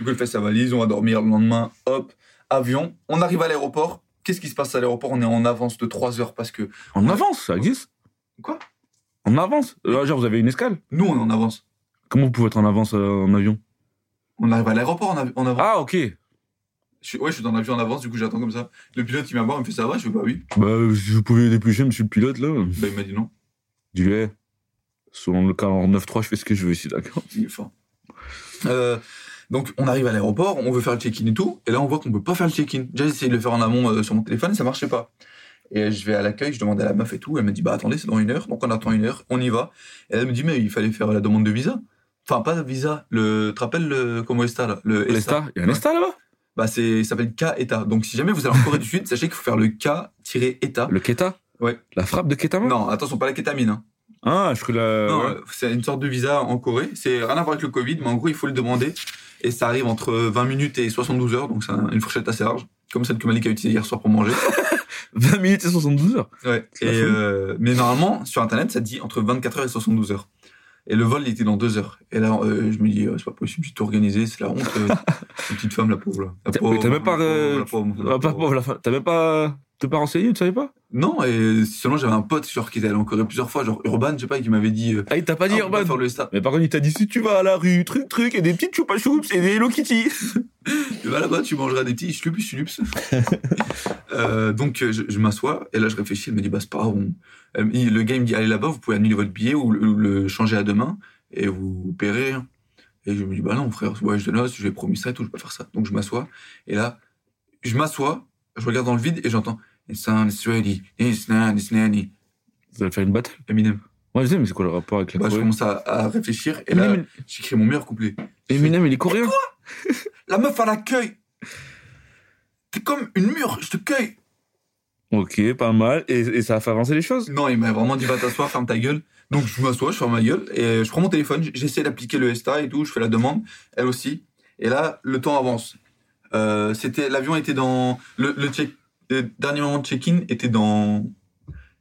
coup, elle fait sa valise, on va dormir le lendemain, hop, avion. On arrive à l'aéroport. Qu'est-ce qui se passe à l'aéroport On est en avance de 3 heures parce que
En avance, ça existe.
Quoi
En avance Euh, Genre, vous avez une escale
nous, on est en avance.
Comment vous pouvez être en avance euh, en avion
On arrive à l'aéroport en, av- en avance.
Ah, ok.
Je suis, ouais, je suis dans l'avion en avance, du coup, j'attends comme ça. Le pilote, il vient me voir, il me fait ça va Je fais bah oui.
Bah, si vous pouvez déplucher, monsieur le pilote, là.
Bah, il m'a dit non.
Je dis, eh, selon le 49.3, je fais ce que je veux ici, d'accord
Il est fort. Euh, donc, on arrive à l'aéroport, on veut faire le check-in et tout, et là, on voit qu'on peut pas faire le check-in. Déjà, j'ai essayé de le faire en amont euh, sur mon téléphone, et ça marchait pas. Et je vais à l'accueil, je demande à la meuf et tout, elle me dit, bah attendez, c'est dans une heure, donc on attend une heure, on y va. Et elle me dit, mais il fallait faire la demande de visa. Enfin, pas de visa, le, tu te rappelles le, comment ESTA là Le ESTA.
L'ESTA Il y a un ESTA là-bas
Bah, c'est, il s'appelle K-ETA. Donc, si jamais vous allez en Corée du Sud, sachez qu'il faut faire le K-ETA.
Le Keta
Ouais.
La frappe de Keta
Non, attention, pas la kétamine. hein.
Ah, je crois la.
Non,
ouais.
euh, c'est une sorte de visa en Corée. C'est rien à voir avec le Covid, mais en gros, il faut le demander. Et ça arrive entre 20 minutes et 72 heures, donc c'est un- une fourchette assez large. Comme celle que Malik a utilisée hier soir pour manger.
20 minutes et 72 heures.
Ouais.
C'est
Et,
la folie.
euh, mais normalement, sur Internet, ça dit entre 24 heures et 72 heures. Et le vol, il était dans deux heures. Et là, euh, je me dis, euh, c'est pas possible, j'ai tout organisé, c'est la honte. euh, une petite femme, la pauvre. là. La
T'as-
pauvre,
t'as même pas,
la pauvre,
euh,
la pauvre, la
Ah, pas-
pauvre.
pas- la fin- T'as même pas. T'es pas renseigné, tu savais pas
Non, et seulement j'avais un pote genre, qui était allé en Corée plusieurs fois, genre Urban, je sais pas, qui m'avait dit. euh,
Ah, il t'a pas
Ah,
dit,
on peut pas
Urban
faire le sta-
Mais par contre, il t'a dit si tu vas à la rue, truc, truc, et des petites choupa choups et des Hello Kitty.
Tu vas là-bas, tu mangeras des petits chlups, chlups. euh, donc, euh, je, je m'assois, et là, je réfléchis. Elle me dit, bah, c'est pas grave. on- Euh, il- le gars, il me dit, allez là-bas, vous pouvez annuler votre billet ou le, ou le changer à demain, et vous paierez. hein. Et je me dis, bah non, frère, ouais, je noce, je lui ai promis ça et tout, je vais pas faire ça. Donc, je m'assois, et là, je m'assois, je regarde dans le vide, et j'entends, It's on, it's ready, it's not, it's nanny.
Vous allez faire une bataille
Eminem.
Ouais, je sais, mais c'est quoi le rapport avec la
Bah, je
Corée
commence à, à réfléchir, et là,
Eminem,
j'écris mon meilleur couplet.
Eminem, il est coréen.
La meuf à l'accueil! T'es comme une mûre, je te cueille!
Ok, pas mal. Et, et ça a fait avancer les choses.
Non, il m'a vraiment dit va t'asseoir, ferme ta gueule. Donc je m'assois, je ferme ma gueule et je prends mon téléphone, j- j'essaie d'appliquer le ESTA et tout, je fais la demande, elle aussi. Et là, le temps avance. Euh, c'était l'avion était dans le, le check le dernier moment de check-in était dans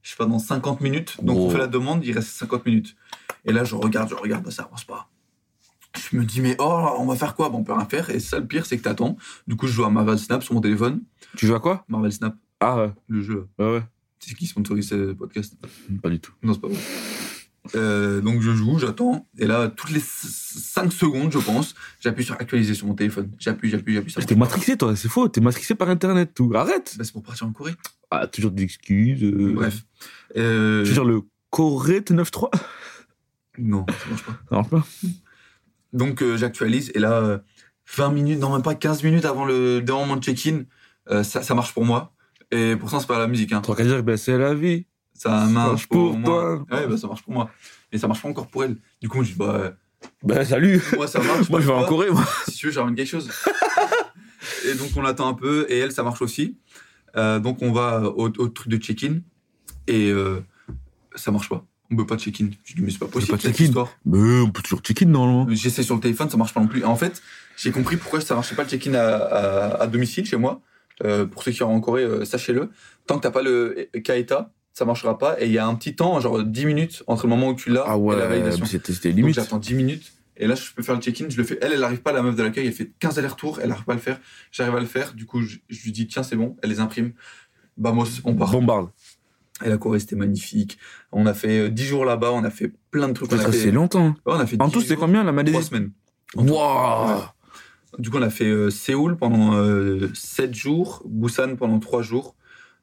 je sais pas dans 50 minutes. Donc on
Wow.
fait la demande, il reste 50 minutes. Et là, je regarde, je regarde, bah, ça avance pas. Je me dis mais oh, on va faire quoi Bon, on peut rien faire et ça le pire c'est que t'attends. Du coup, je joue à Marvel Snap sur mon téléphone,
Tu joues à quoi
Marvel Snap,
Ah, ouais,
le jeu.
ouais, ouais.
C'est qui sponsorise ce podcast
Pas du tout.
non, c'est pas vrai. Euh, donc je joue, j'attends, et là, toutes les 5 secondes, je pense, j'appuie sur actualiser sur mon téléphone. J'appuie, j'appuie, j'appuie. ça
T'es
marche pas.
matrixé, toi, c'est faux. T'es matrixé par Internet, tout. Arrête
Bah, c'est pour partir en Corée.
Ah, toujours des excuses. euh,
Bref. Euh,
Tu veux dire le Corée t 9-3
Non, ça marche pas.
Ça marche pas.
Donc euh, j'actualise, et là, euh, 20 minutes, non, même pas 15 minutes avant le déroulement de check-in, euh, ça, ça marche pour moi. Et pourtant, c'est pas la musique. Hein.
T'as qu'à dire, ben, c'est la vie.
Ça marche pour,
pour
moi.
toi.
Ouais, bah, ça marche pour moi. Mais ça marche pas encore pour elle. Du coup, je dis, bah,
Ben, salut.
euh, moi, ça marche.
Moi, je vais
pas.
en Corée, moi.
si tu veux, j'ai quelque chose. et donc, on l'attend un peu, et elle, ça marche aussi. Euh, donc, on va au, au truc de check-in, et euh, ça marche pas. On peut pas check-in. Je dis, mais c'est pas possible.
pas
cette
check-in.
histoire.
Mais on peut toujours check-in, normalement.
J'essaie sur le téléphone, ça marche pas non plus. Et en fait, j'ai compris pourquoi ça marchait pas le check-in à, à- à domicile chez moi. Euh, pour ceux qui sont en Corée, euh, sachez-le. Tant que t'as pas le euh, Kaeta, ça marchera pas. Et il y a un petit temps, genre 10 minutes, entre le moment où tu l'as
Ah
et la
ouais,
validation.
c'était c'était
Donc
limite.
j'attends 10 minutes. Et là, je peux faire le check-in. Je le fais. Elle, elle arrive pas, la meuf de l'accueil. Elle fait 15 allers-retours. Elle arrive pas à le faire. J'arrive à le faire. Du coup, je, je lui dis, tiens, c'est bon. Elle les imprime. Vamos, Bah, on part.
Bombarde.
Et la Corée, c'était magnifique. On a fait euh, 10 jours là-bas, on a fait plein de trucs. On a
Ça,
fait,
c'est longtemps. hein.
Ouais, on a fait
En
10
tout, c'est
jours,
combien la
Trois
Malaisie
semaines.
Waouh
Du coup, on a fait euh, Séoul pendant 7 jours, Busan pendant 3 jours.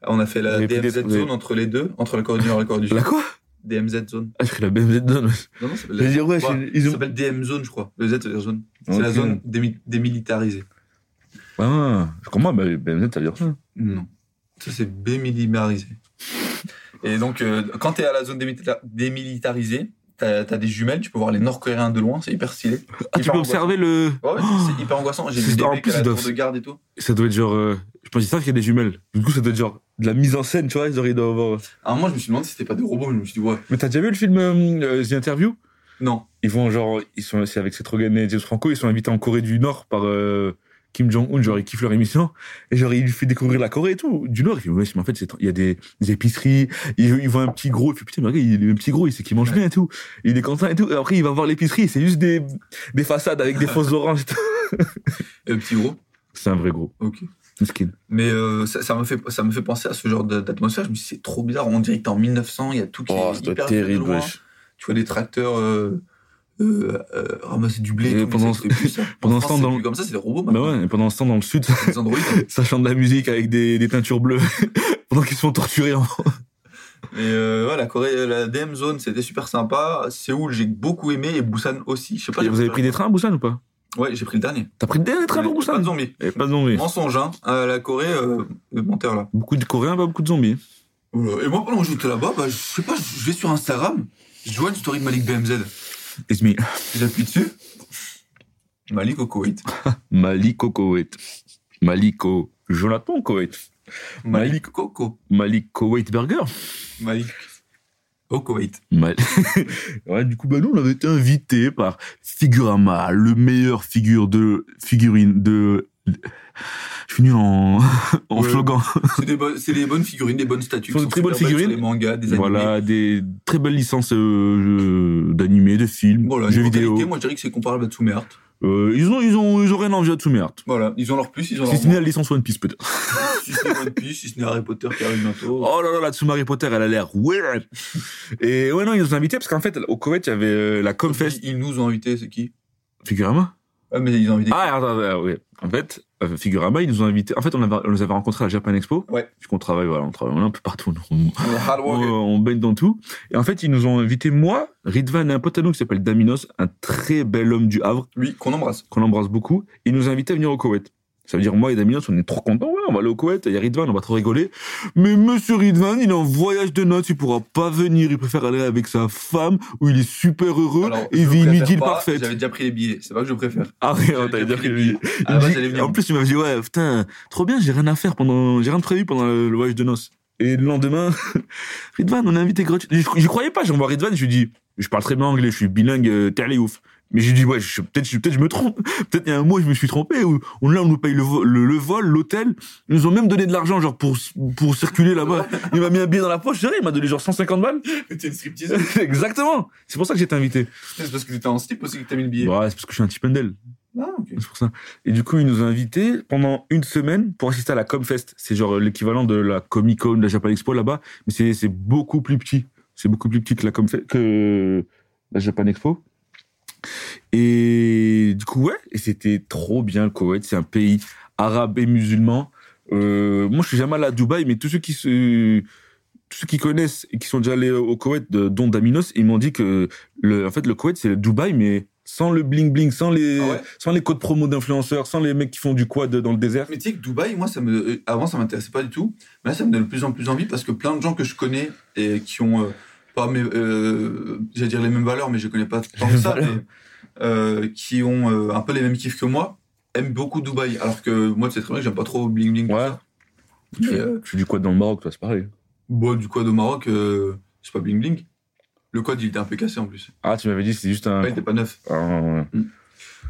On a fait
Vous
la
avez pris des-
DMZ
vous avez-
zone entre les deux, entre la Corée du Nord et la Corée du
La
Sud.
quoi
DMZ zone.
Ah, j'ai pris la BMW dedans.
Non, non, ça s'appelle
Je veux dire, ouais,
Ouais,
ils
Ça
ont.
s'appelle DM Zone, je crois. Le Z, c'est la zone. C'est la
Ok.
zone démi- démilitarisée.
Ah, comment bah, BMW, ça veut dire ça
Non. Ça, c'est bémilitarisé. Et donc, euh, quand t'es à la zone démilita- démilitarisée, t'as as des jumelles, tu peux voir les Nord-Coréens de loin, c'est hyper stylé.
Ah, tu
Hyper
peux
angoissant.
observer le.
Ouais, ouais, c'est hyper angoissant. J'ai
C'est-
vu des
en
mecs
plus,
à la
ils doivent-
tour de garde et tout.
Ça doit être genre. euh, Je pense qu'ils savent qu'il y a des jumelles. Du coup, ça doit être genre de la mise en scène, tu vois. Ils doivent ils doivent avoir.
À un moment, je me suis demandé si c'était pas des robots, mais je me suis dit, ouais,
Mais t'as déjà vu le film euh, euh, The Interview
non.
Ils vont genre. Ils sont, c'est avec Seth Rogen et James Franco. Ils sont invités en Corée du Nord par euh, Kim Jong-un. Genre, ils kiffent leur émission. Et genre, il lui fait découvrir la Corée et tout. Du Nord, il fait Ouais, mais en fait, c'est- il y a des, des épiceries. Il, il voit un petit gros. Il fait Putain, mais regarde, il est un petit gros. Il sait qu'il mange bien et tout. Il est content et tout. Et après, il va voir l'épicerie. et C'est juste des, des façades avec des fausses oranges et tout.
Euh, petit gros.
C'est un vrai gros.
Ok.
Miskin.
Mais euh, ça, ça me fait, ça me fait penser à ce genre de- d'atmosphère. Je me suis dit, c'est trop bizarre. On dirait que t'es en 1900, il y a tout qui
Oh,
est hyper fait de loin. tu vois des tracteurs euh, euh, euh, ramasser du blé.
Et
Et tout, mais
pendant-
ça existe plus, ça.
pendant
En
ce
France,
temps,
c'est
dans-
plus comme ça, c'est des robots
Bah
maintenant.
ouais, et pendant ce temps, dans le sud,
Des androïdes.
ça chante de la musique avec des, des teintures bleues pendant qu'ils se font torturer. En...
Mais euh, ouais, la Corée, la DM zone, c'était super sympa. Séoul, j'ai beaucoup aimé et Busan aussi. Je sais pas.
Et
j'ai-
Vous avez pris des trains à Busan ou pas
Ouais, j'ai pris le dernier.
T'as pris des trains pour
Pas de
Busan
zombies.
Et Pas de zombies.
Mensonge, hein. Euh, la Corée, euh, le menteur là.
Beaucoup de Coréens, pas beaucoup de zombies.
Oula. Et moi, pendant que j'étais là-bas, bah, je sais pas, je vais sur Instagram, je vois une story de Malik BMZ.
It's me.
J'appuie dessus. Malik au Koweït.
Maliko Koweït. Maliko Jonathan Koweït. Malik.
Coco.
Malik Koweït Burger.
Malik au Koweït.
Mal- ouais, du coup, bah, nous, on avait été invités par Figurama, le meilleur figure de figurine de. Je suis nul en, en
Ouais.
slogan.
C'est des, bo- c'est des bonnes figurines, des bonnes statues.
Ce sont de très
qui super
bonnes
belles
figurines.
sur Les mangas, des animés.
Voilà, des très belles licences euh, jeux- d'animés, de films,
Voilà,
jeux
niveau
vidéo.
qualité, moi, je dirais que c'est comparable à Tsumer Art.
Euh, ils, ont, ils, ont, ils ont rien envie à Tsumer Art.
Voilà, ils ont leur plus, ils ont
Si
leur
ce n'est la licence One Piece, peut-être.
moins. Si ce n'est One Piece, si ce n'est Harry Potter qui arrive bientôt.
Oh là là, la Tsumari Potter, elle a l'air weird. Et ouais, non, ils nous ont invités parce qu'en fait, au Koweït, il y avait euh, la Confest.
Ils, ils nous ont invités, c'est qui
Figurama
Ah, mais ils ont invité.
Ah, attends, attends, oui. En fait, euh, Figurama, ils nous ont invités. En fait, on, avait- on les avait rencontrés à la Japan Expo.
Ouais.
Puisqu'on travaille, voilà, on travaille on est un peu partout. nous. On-
On est hard
on, euh,
worker.
on baigne dans tout. Et en fait, ils nous ont invités, moi, Ridvan et un pote à nous qui s'appelle Daminos, un très bel homme du Havre.
Lui, qu'on embrasse.
qu'on embrasse beaucoup, il nous a invités à venir au Koweït. Ça veut dire, moi et Damien, on est trop contents, ouais, on va aller au Koweït, il y a Ridvan, on va trop rigoler. Mais monsieur Ridvan, il est en voyage de noces, il pourra pas venir, il préfère aller avec sa femme, où il est super heureux,
Alors,
et
je
vit une
préfère
idylle
pas,
parfaite.
J'avais déjà pris les billets, c'est pas que je préfère.
Ah ouais,
j'avais
t'avais
déjà
bien pris
pris les
le
billets.
billet.
À
Il
la
me
base,
dit-
j'allais venir.
En plus, il m'avait dit, ouais, putain, trop bien, j'ai rien à faire pendant, j'ai rien de prévu pendant le voyage de noces. Et le lendemain, Ridvan, on a invité gratuit. J'y j'y croyais pas, j'envoie Ridvan, je lui dis, je parle très bien anglais, je suis bilingue, euh, t'es allé ouf. Mais j'ai dit, ouais, je- peut-être je, peut je me trompe. Peut-être il y a un mois, je me suis trompé. Ou, ou là, on nous paye le, vo- le, le vol, l'hôtel. Ils nous ont même donné de l'argent, genre, pour, pour circuler là-bas. Il m'a mis un billet dans la poche, c'est vrai, il m'a donné genre 150 balles.
T'es une striptease.
Exactement. C'est pour ça que j'étais invité.
C'est parce que t'étais en slip aussi que t'as mis le billet.
Bah, c'est parce que je suis un petit pendel.
Ah, ok.
C'est pour ça. Et du coup, ils nous ont invités pendant une semaine pour assister à la Comfest. C'est genre l'équivalent de la Comic Con, de la Japan Expo là-bas, mais c'est c'est beaucoup plus petit. C'est beaucoup plus petit que la Comfest, que la Japan Expo. Et du coup, ouais, et c'était trop bien le Koweït. C'est un pays arabe et musulman. Euh, moi, je suis jamais allé à Dubaï, mais tous ceux qui se tous ceux qui connaissent et qui sont déjà allés au Koweït, de- dont Daminos, ils m'ont dit que le, en fait, le Koweït, c'est le Dubaï, mais sans le bling bling, sans les,
Ah ouais
sans les codes promo d'influenceurs, sans les mecs qui font du quad dans le désert.
Mais tu sais que Dubaï, moi, ça me... euh, avant, ça m'intéressait pas du tout. Mais là, ça me donne de plus en plus envie parce que plein de gens que je connais et qui ont euh, pas mes, euh, j'allais dire les mêmes valeurs, mais je les connais pas tant que ça,
Voilà.
mais, euh, qui ont euh, un peu les mêmes kiffs que moi, aiment beaucoup Dubaï. Alors que moi, tu sais très bien que j'aime pas trop bling bling. tout
Ouais.
ça.
Tu,
Mais,
fais-
euh,
tu fais du quad dans le Maroc, toi, c'est pareil.
Bon, du quad au Maroc, euh, c'est pas bling bling. Le quad, il était un peu cassé en plus.
Ah, tu m'avais dit, c'est juste un.
Ouais, il était pas neuf.
un-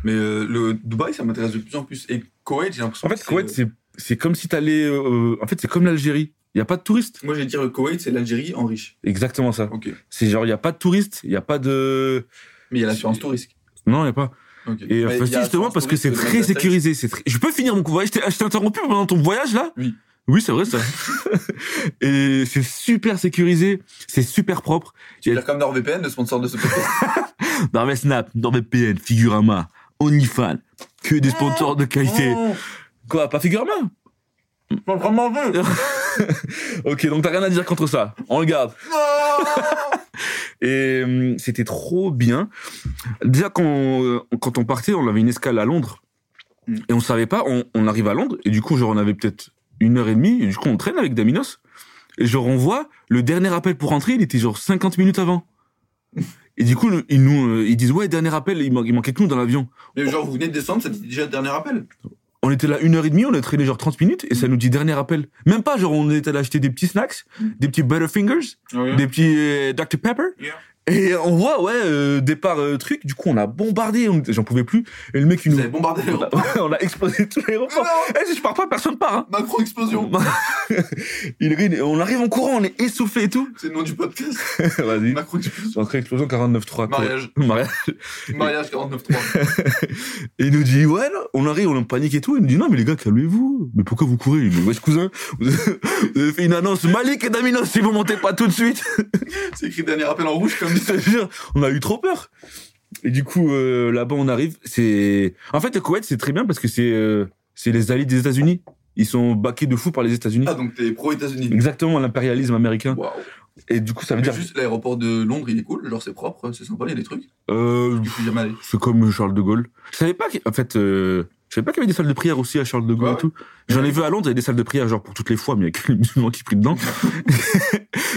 Mais euh, le Dubaï, ça m'intéresse de plus en plus. Et Koweït, j'ai l'impression.
En fait,
que
Koweït,
c'est- euh,
c'est, c'est comme si t'allais. euh, en fait, c'est comme l'Algérie. Il n'y a pas de touristes.
Moi, je vais dire le Koweït, c'est l'Algérie en riche.
Exactement ça.
Ok.
C'est genre, il n'y a pas de touristes, il n'y a pas de.
Mais il y a l'assurance tout risque.
Non, il n'y a pas.
Ok.
Et euh,
Mais
enfin,
il y a
si, justement,
l'assurance
parce
tout
que
risque
c'est
de
très
Mazda.
sécurisé. C'est très- Je peux finir mon voyage Je t'ai je t'ai interrompu pendant ton voyage, là
Oui.
Oui, c'est vrai ça. et c'est super sécurisé, c'est super propre.
Tu veux dire comme NordVPN, le sponsor de ce podcast
Marvel Snap, NordVPN, Figurama, OnlyFans, que des sponsors de qualité. Quoi, pas Figurama
Pas vraiment vu
Ok, donc t'as rien à dire contre ça. On le garde. Et hum, c'était trop bien. Déjà, quand on, euh, quand on partait, on avait une escale à Londres.
Mm.
Et on savait pas, on, on arrive à Londres. Et du coup, genre, on avait peut-être une heure et demie. Et du coup, on traîne avec Daminos. Et genre, on voit, le dernier appel pour rentrer, il était genre 50 minutes avant. Et du coup, le- ils nous, euh, ils disent, ouais, dernier appel, il, man- il manquait que nous dans l'avion.
Mais genre, vous venez de descendre, c'était déjà le dernier appel.
On était là une heure et demie, on a traîné genre 30 minutes, et ça nous dit dernier appel. Même pas, genre, on était allé acheter des petits snacks, des petits Butterfingers, des petits euh, Dr Pepper.
Mm. Yeah.
Et on voit, ouais, euh, départ euh, truc. Du coup, on a bombardé. on- J'en pouvais plus. Et le mec, il
Vous
nous.
avez bombardé
On a,
l'aéroport.
on a explosé tout l'aéroport. Eh, si je pars pas, personne part. Hein.
Macro-explosion.
Il rit, on arrive en courant, on est essoufflé et tout.
C'est le nom du podcast.
Vas-y.
Macro-explosion.
Entrée explosion 49.3. quoi.
Mariage.
Mariage.
Mariage 49.3.
Et il nous dit, ouais, là, on arrive, on est en panique et tout. Il nous dit, non, mais les gars, calmez-vous. Mais pourquoi vous courez? Il dit, wesh, cousin, vous avez vous avez fait une annonce. Malik et Daminos, si vous montez pas tout de suite.
C'est écrit dernier appel en rouge comme ça.
Je te jure, on a eu trop peur. Et du coup, euh, là-bas, on arrive. C'est en fait le Koweït, c'est très bien parce que c'est euh, c'est les alliés des États-Unis. Ils sont baqués de fou par les États-Unis.
Ah, donc t'es pro-États-Unis.
Exactement l'impérialisme américain.
Waouh.
Et du coup, ça veut
Mais
dire
juste, l'aéroport de Londres, il est cool. Genre, c'est propre, c'est sympa, il y a des trucs.
euh,
Je suis jamais allé.
c'est comme Charles de Gaulle. Je savais pas qu'en fait, euh, je savais pas qu'il y avait des salles de prière aussi à Charles de Gaulle
Ouais.
et tout. J'en ai vu à Londres, il y a des salles de prière genre pour toutes les fois, mais il y a que les musulmans qui prient dedans.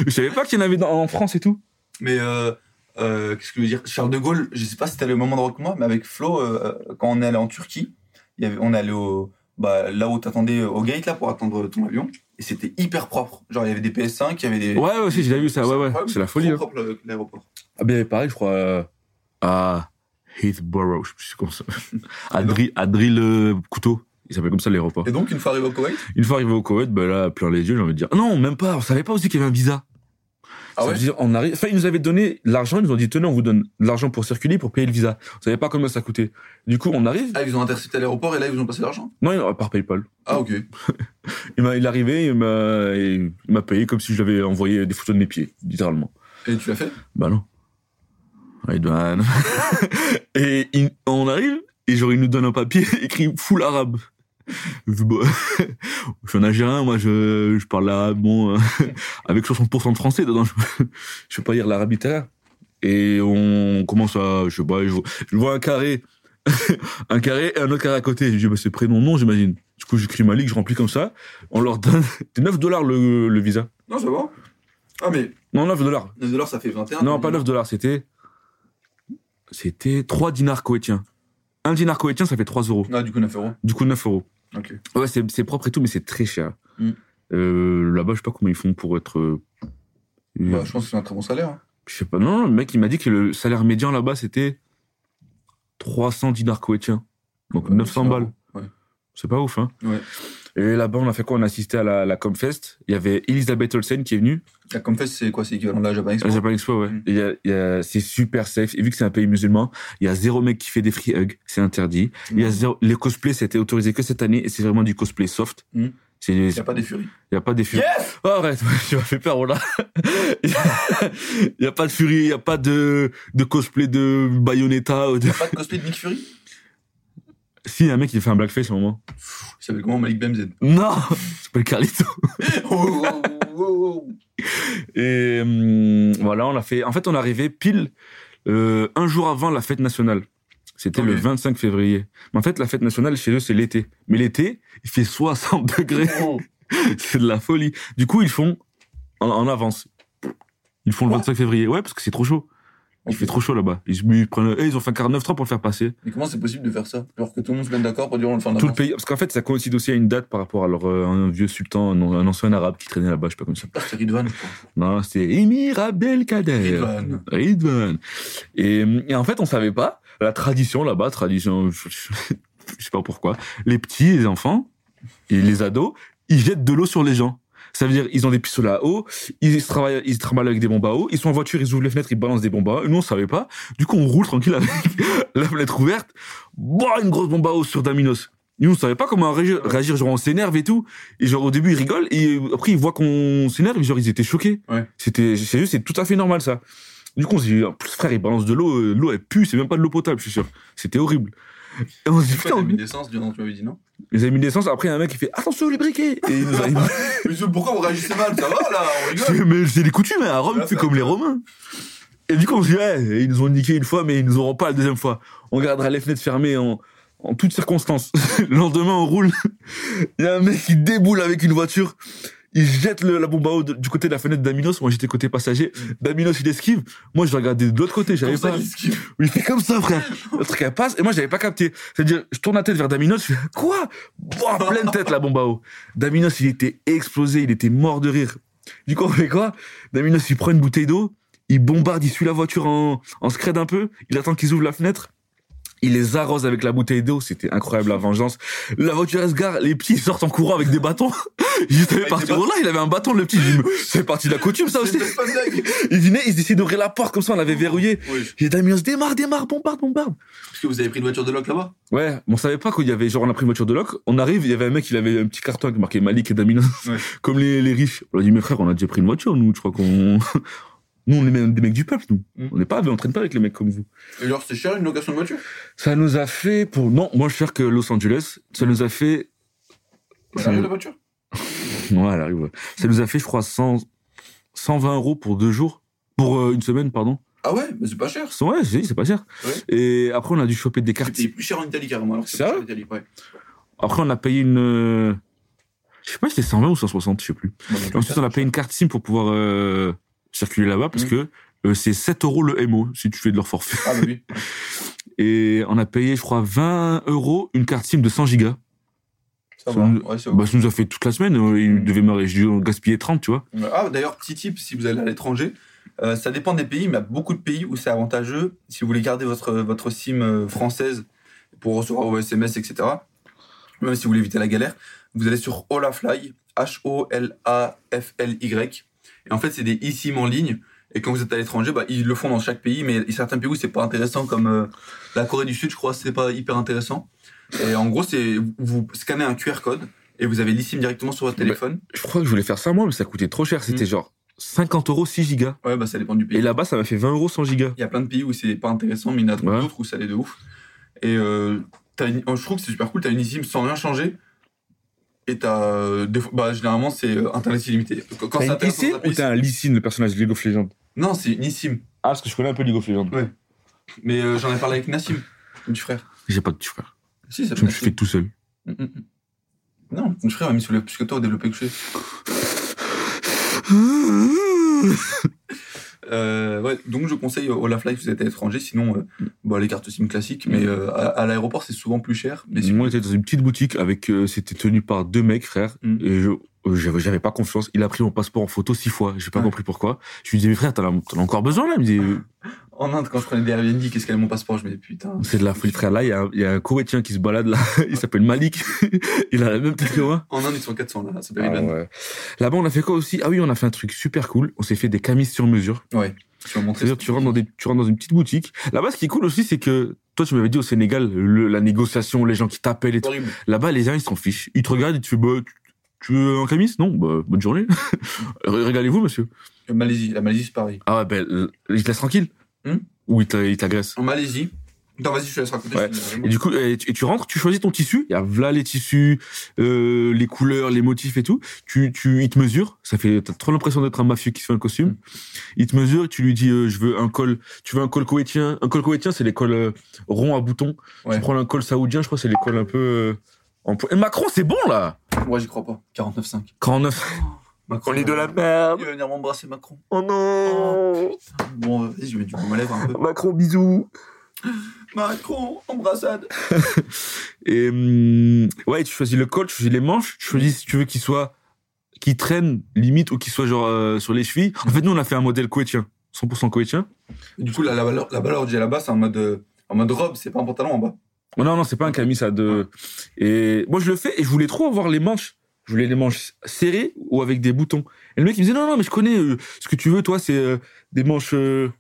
je savais pas qu'il y en avait dans- en France et tout.
Mais euh, euh, qu'est-ce que je veux dire Charles de Gaulle, je sais pas si t'as le moment de que moi, mais avec Flo, euh, quand on est allé en Turquie, il y avait, on est allé au, bah, là où t'attendais euh, au gate là pour attendre ton avion, et c'était hyper propre. Genre il y avait des PS5, il y avait des.
Ouais, ouais, aussi, j'ai déjà vu ça. Ouais, ouais,
incroyable,
c'est la folie.
trop
hein.
propre le- l'aéroport.
Ah bien pareil, je crois euh, à Heathborough, je sais plus comment ça. à Dri- à Drill euh, Couteau. Il s'appelle comme ça l'aéroport.
Et donc une fois arrivé au Koweït,
Une fois arrivé au Koweït, ben là, plein les yeux, j'ai envie de dire. Non, même pas, on savait pas aussi qu'il y avait un visa.
Ah
Ça
ouais
veut dire, on arrive. Enfin, ils nous avaient donné l'argent, ils nous ont dit, tenez, on vous donne de l'argent pour circuler, pour payer le visa. On savait pas combien ça coûtait. Du coup, on arrive.
ah, ils ont intercepté à l'aéroport et là ils vous ont passé l'argent.
Non, il- par PayPal.
Ah ok.
Il m'a, il est arrivé, il m'a, il m'a payé comme si je lui avais envoyé des photos de mes pieds, littéralement.
Et tu l'as fait
Bah non. Ouais, bah non. et il- on arrive, et genre, il nous donne un papier écrit full arabe. Je dis, bah, je suis un Algérien, moi je, je parle l'arabe, bon, euh, avec 60% de français dedans, je, je peux pas lire l'arabe littéraire. Et on commence à, je sais pas, je, vois- je vois un carré, un carré et un autre carré à côté. Je dis, bah, c'est prénom, nom, j'imagine. Du coup, j'écris ma ligue, je remplis comme ça. On leur donne, c'est 9 dollars le, le visa.
Non ça va. Ah mais
Non, 9 dollars.
9 dollars ça fait 21.
Non, pas 9 dollars, c'était. C'était 3 dinars koweïtiens. Un dinar koweïtien, ça fait 3 euros.
Ah du coup 9 euros.
Du coup, 9 euros.
Ok.
Ouais, c'est c'est propre et tout, mais c'est très cher.
Mm.
Euh, Là-bas, je sais pas comment ils font pour être. euh,
Bah, je pense que c'est un très bon salaire. hein.
Je sais pas. Non, non, le mec, il m'a dit que le salaire médian là-bas, c'était 300 dinars koweïtiens. Donc
Ouais,
900
c'est
balles.
marrant. Ouais.
C'est pas ouf, hein.
Ouais.
Et là-bas, on a fait quoi On a assisté à la, la Comfest. Il y avait Elisabeth Olsen qui est venue.
La Comfest hein. c'est quoi C'est équivalent de la Japan
Le
Expo
Japan Expo, ouais.
Mm.
Il y a- il y a- c'est super safe. Et vu que c'est un pays musulman, il y a zéro mec qui fait des free hugs. C'est interdit. Il
Mm.
y a zéro, les cosplays, c'était autorisé que cette année et c'est vraiment du cosplay soft.
Mm.
C'est,
Il y a pas des furies.
il y a pas des furies.
Yes
Oh, arrête, tu m'as fait peur, voilà. Il y a- il y a pas de furie, il y a pas de, de cosplay de Bayonetta. ou de-
Pas de cosplay de Nick Fury
Si, il y a un mec qui fait un blackface au moment.
Il s'appelle comment Malik Bemzed
Non! C'est pas le Carlito.
Oh, oh, oh, oh.
Et hum, voilà, on a fait. En fait, on est arrivé pile euh, un jour avant la fête nationale. C'était le
Ok.
25 février. Mais en fait, la fête nationale chez eux, c'est l'été. Mais l'été, il fait 60 degrés. c'est de la folie. Du coup, ils font en, en avance. Ils font le
Quoi
25 février. Ouais, parce que c'est trop chaud. Il
Ok.
fait trop chaud là-bas. Ils, se- ils prennent. eh, ils ont fait un 49-3 pour le faire passer.
Mais comment c'est possible de faire ça Alors que tout le monde se mette d'accord pour dire on le fait en
Tout le
avance.
pays. Parce qu'en fait, ça coïncide aussi à une date par rapport à leur, euh, un vieux sultan, un, un ancien arabe qui traînait là-bas, je sais pas comme ça.
Ah, c'est Ridvan, je crois.
Non, c'est Emir Abdelkader.
Ridvan.
Ridvan. Et, et en fait, on savait pas la tradition là-bas, tradition, je, je sais pas pourquoi. Les petits, les enfants et les ados, ils jettent de l'eau sur les gens. Ça veut dire, ils ont des pistolets à eau, ils se travaillent, ils se trimballent avec des bombes à eau, ils sont en voiture, ils ouvrent les fenêtres, ils balancent des bombes à eau. Nous, on savait pas. Du coup, on roule tranquille avec la fenêtre ouverte. Boah, une grosse bombe à eau sur Daminos. Nous, on savait pas comment réagir, réagir, genre on s'énerve et tout. Et genre au début, ils rigolent, et après, ils voient qu'on s'énerve, et genre ils étaient choqués.
Ouais.
C'était, chez eux, c'est tout à fait normal ça. Du coup, on s'est dit, en plus, frère, ils balancent de l'eau, euh, l'eau elle pue, c'est même pas de l'eau potable, je suis sûr. C'était horrible. Et on s'est dit,
Pourquoi t'as
putain,
mis de l'essence dedans, tu m'avais dit non
ils avaient mis de l'essence. Après, il y a un mec qui fait, attention les briquets! Et il nous a
Mais c'est- pourquoi vous réagissez mal Ça va là, on
Je fais,
rigole
mais c'est les coutumes, hein. à Rome,
Là,
c'est
ça-
comme les Romains. Et du coup, on se dit, ouais, ils nous ont niqué une fois, mais ils nous auront pas la deuxième fois. On gardera les fenêtres fermées en, en toutes circonstances. le lendemain, on roule. Il y a un mec qui déboule avec une voiture. Il jette le- la bombe à eau de- du côté de la fenêtre d'Aminos. Moi, j'étais côté passager. D'Aminos, il esquive. Moi, je regardais de l'autre côté. J'avais
Comme ça,
pas.
ils esquivent.
Il fait comme ça, frère. Le truc, elle passe. Et moi, j'avais pas capté. C'est-à-dire, je tourne la tête vers Daminos. Je fais, quoi? Boah, pleine tête, la bombe à eau. Daminos, il était explosé. Il était mort de rire. Du coup, on fait quoi? Daminos, il prend une bouteille d'eau. Il bombarde. Il suit la voiture en, en scred un peu. Il attend qu'ils ouvrent la fenêtre. Il les arrose avec la bouteille d'eau. C'était incroyable, la vengeance. La voiture, elle se gare. Les petits, ils sortent en courant avec des bâtons. Il était
des
parti.
bâtons.
Oh là, il avait un bâton, le petit. Je dis, mais C'est parti de la coutume, ça aussi.
C'est une bonne blague.
Il venait, il essayait d'ouvrir la porte comme ça. On l'avait verrouillé.
Oui,
Et Damien se démarre, démarre, bombarde, bombarde.
parce que vous avez pris une voiture de loc là-bas
Ouais, mais on savait pas qu'il y avait, genre, on a pris une voiture de loc. On arrive, il y avait un mec, il avait un petit carton qui marquait Malik et Damien.
Ouais.
Comme les, les riches. On a dit, mais frère, on a déjà pris une voiture, nous. Je crois qu'on, nous, on est même des mecs du peuple, nous.
Mm.
On n'est pas, on traîne pas avec les mecs comme vous.
Et genre, c'est cher une location de voiture
Ça nous a fait pour, non, moins cher que Los Angeles. Ça nous a fait,
Voilà,
Ça-
la voiture
ouais, elle arrive, ouais. Ça nous a fait, je crois, 100, 120 euros pour deux jours. Pour euh, une semaine, pardon.
Ah ouais, mais c'est pas cher.
Ouais, c'est c'est pas cher.
Ouais.
Et après, on a dû choper des cartes.
C'était plus cher en Italie carrément. Alors que c'est
Ça
plus cher en Italie, ouais.
Après, on a payé une. euh, Je sais pas si c'était 120 ou 160, je sais plus. Et ensuite, on a payé une carte SIM pour pouvoir euh, circuler là-bas parce
Mhm.
que euh, c'est 7 euros le MO si tu fais de leur forfait.
Ah bah oui.
Et on a payé, je crois, 20 euros une carte SIM de 100 gigas.
Ça
Ça
va.
nous-
Ouais, ça va.
Bah, ça nous a fait toute la semaine. euh, Il
Mhm.
devait me- je devais en gaspiller 30, tu vois.
Ouais. Ah, d'ailleurs, petit tip, si vous allez à l'étranger, euh, ça dépend des pays, mais il y a beaucoup de pays où c'est avantageux. Si vous voulez garder votre, votre SIM euh, française pour recevoir vos SMS, etc., même si vous voulez éviter la galère, vous allez sur Olafly, H-O-L-A-F-L-Y. Et en fait, c'est des e-SIM en ligne. Et quand vous êtes à l'étranger, bah, ils le font dans chaque pays, mais il y a certains pays où c'est pas intéressant, comme euh, la Corée du Sud, je crois, c'est pas hyper intéressant. Et en gros, c'est vous scannez un QR code et vous avez l'e-SIM directement sur votre
Bah,
téléphone.
Je crois que je voulais faire ça moi, mais ça coûtait trop cher. C'était
Mhm.
genre 50 Mm. euros 6 gigas.
Ouais, bah, ça dépend du pays.
Et là-bas, ça m'a fait 20 euros 100 gigas.
Il y a plein de pays où c'est pas intéressant, mais il y en a
Ouais.
d'autres où ça l'est de ouf. Et euh, t'as une- oh, je trouve que c'est super cool, t'as une eSIM sans rien changer. Et t'as. euh, des fois- bah, généralement, c'est euh, Internet illimité. Quand- Quand
T'as
c'est
une
intéressant,
eSIM
dans un
ou
pays,
t'as un Lee Sin, le personnage de League of Legends
c'est- Non, c'est une eSIM.
Ah, parce que je connais un peu League of Legends.
Mais euh, j'en ai parlé avec Nassim, du frère.
J'ai pas de tu frère.
Si, ça
Je me suis fait tout seul.
Mm, Non, mon frère, même si vous l'avez plus que toi, au développé couché. Euh, ouais, donc je conseille Olafly si vous êtes à l'étranger, sinon
Mm.
euh, bah, les cartes SIM classiques, mais euh, à, à l'aéroport c'est souvent plus cher. Mais si
Moi, j'étais dans une petite boutique avec. euh, C'était tenu par deux mecs, frère.
Mm.
Et je. euh, J'avais, j'avais pas confiance. Il a pris mon passeport en photo six fois. J'ai pas
Ouais.
compris pourquoi. Je lui disais, mais frère, t'en as, t'en as encore besoin là? Il me dit, euh,
En Inde, quand je prenais des Airbnb, qu'est-ce qu'elle mon passeport Je me dis putain.
c'est de la folie, frère. Là, il y a, un- il y a un Koweïtien qui se balade là. Il s'appelle Malik. il a la même petite que moi.
En Inde, ils sont 400 là, ça peut
Ah,
être
ouais. Là-bas, on a fait quoi aussi? Ah oui, on a fait un truc super cool. On s'est fait des camises sur mesure.
Tu vas montrer.
C'est-à-dire, tu rentres dans des, tu rentres dans une petite boutique. Là-bas, ce qui est cool aussi, c'est que, toi, tu m'avais dit au Sénégal, le- la négociation, les gens qui t'appellent et
C'est
tout.
horrible.
Là-bas, les gens, ils s'en fichent. Ils te regardent et tu fais, bah, tu, tu veux un camis Non, bah, bonne journée. Ré- Régalez-vous, monsieur.
La Malaisie, la Malaisie, c'est pareil.
Ah ouais, ben, euh, ils te laissent tranquille.
Hmm
Ou ils t'a- ils t'agressent.
En Malaisie. Non, vas-y, je te laisse raconter.
Ouais.
je finis
Et
vraiment.
du coup, et tu, et tu rentres, tu choisis ton tissu. Il y a voilà les tissus, euh, les couleurs, les motifs et tout. Tu, tu, ils te mesurent. Ça fait, t'as trop l'impression d'être un mafieux qui se fait un
Hmm.
costume. Il te mesure. Tu lui dis, euh, je veux un col. Tu veux un col koweïtien. Un col koweïtien, c'est les cols euh, ronds à boutons.
Ouais.
Tu prends un col saoudien. Je crois que c'est les cols un peu. euh, en po- Et Macron, c'est bon là.
Moi, j'y crois pas. 49,5.
49.
Macron. euh,
merde.
Il va venir m'embrasser, Macron.
Oh non
Bon, euh, vas-y, je mets du coup ma lèvre un peu.
Macron, bisous
Macron, embrassade.
Et hum, ouais, tu choisis le col, tu choisis les manches, tu choisis si tu veux qu'il soit qu'il traîne limite ou qu'il soit genre euh, sur les chevilles. En fait, nous on a fait un modèle koweïtien, 100% koweïtien.
Et du coup, la, la, valeur- la valeur du là-bas, c'est en mode, euh, en mode robe, c'est pas un pantalon en bas.
Oh non non, c'est pas un camis ça de et moi je le fais et je voulais trop avoir les manches. Je voulais les manches serrées ou avec des boutons. Et le mec il me disait non non, mais je connais euh, ce que tu veux toi, c'est euh, des manches euh,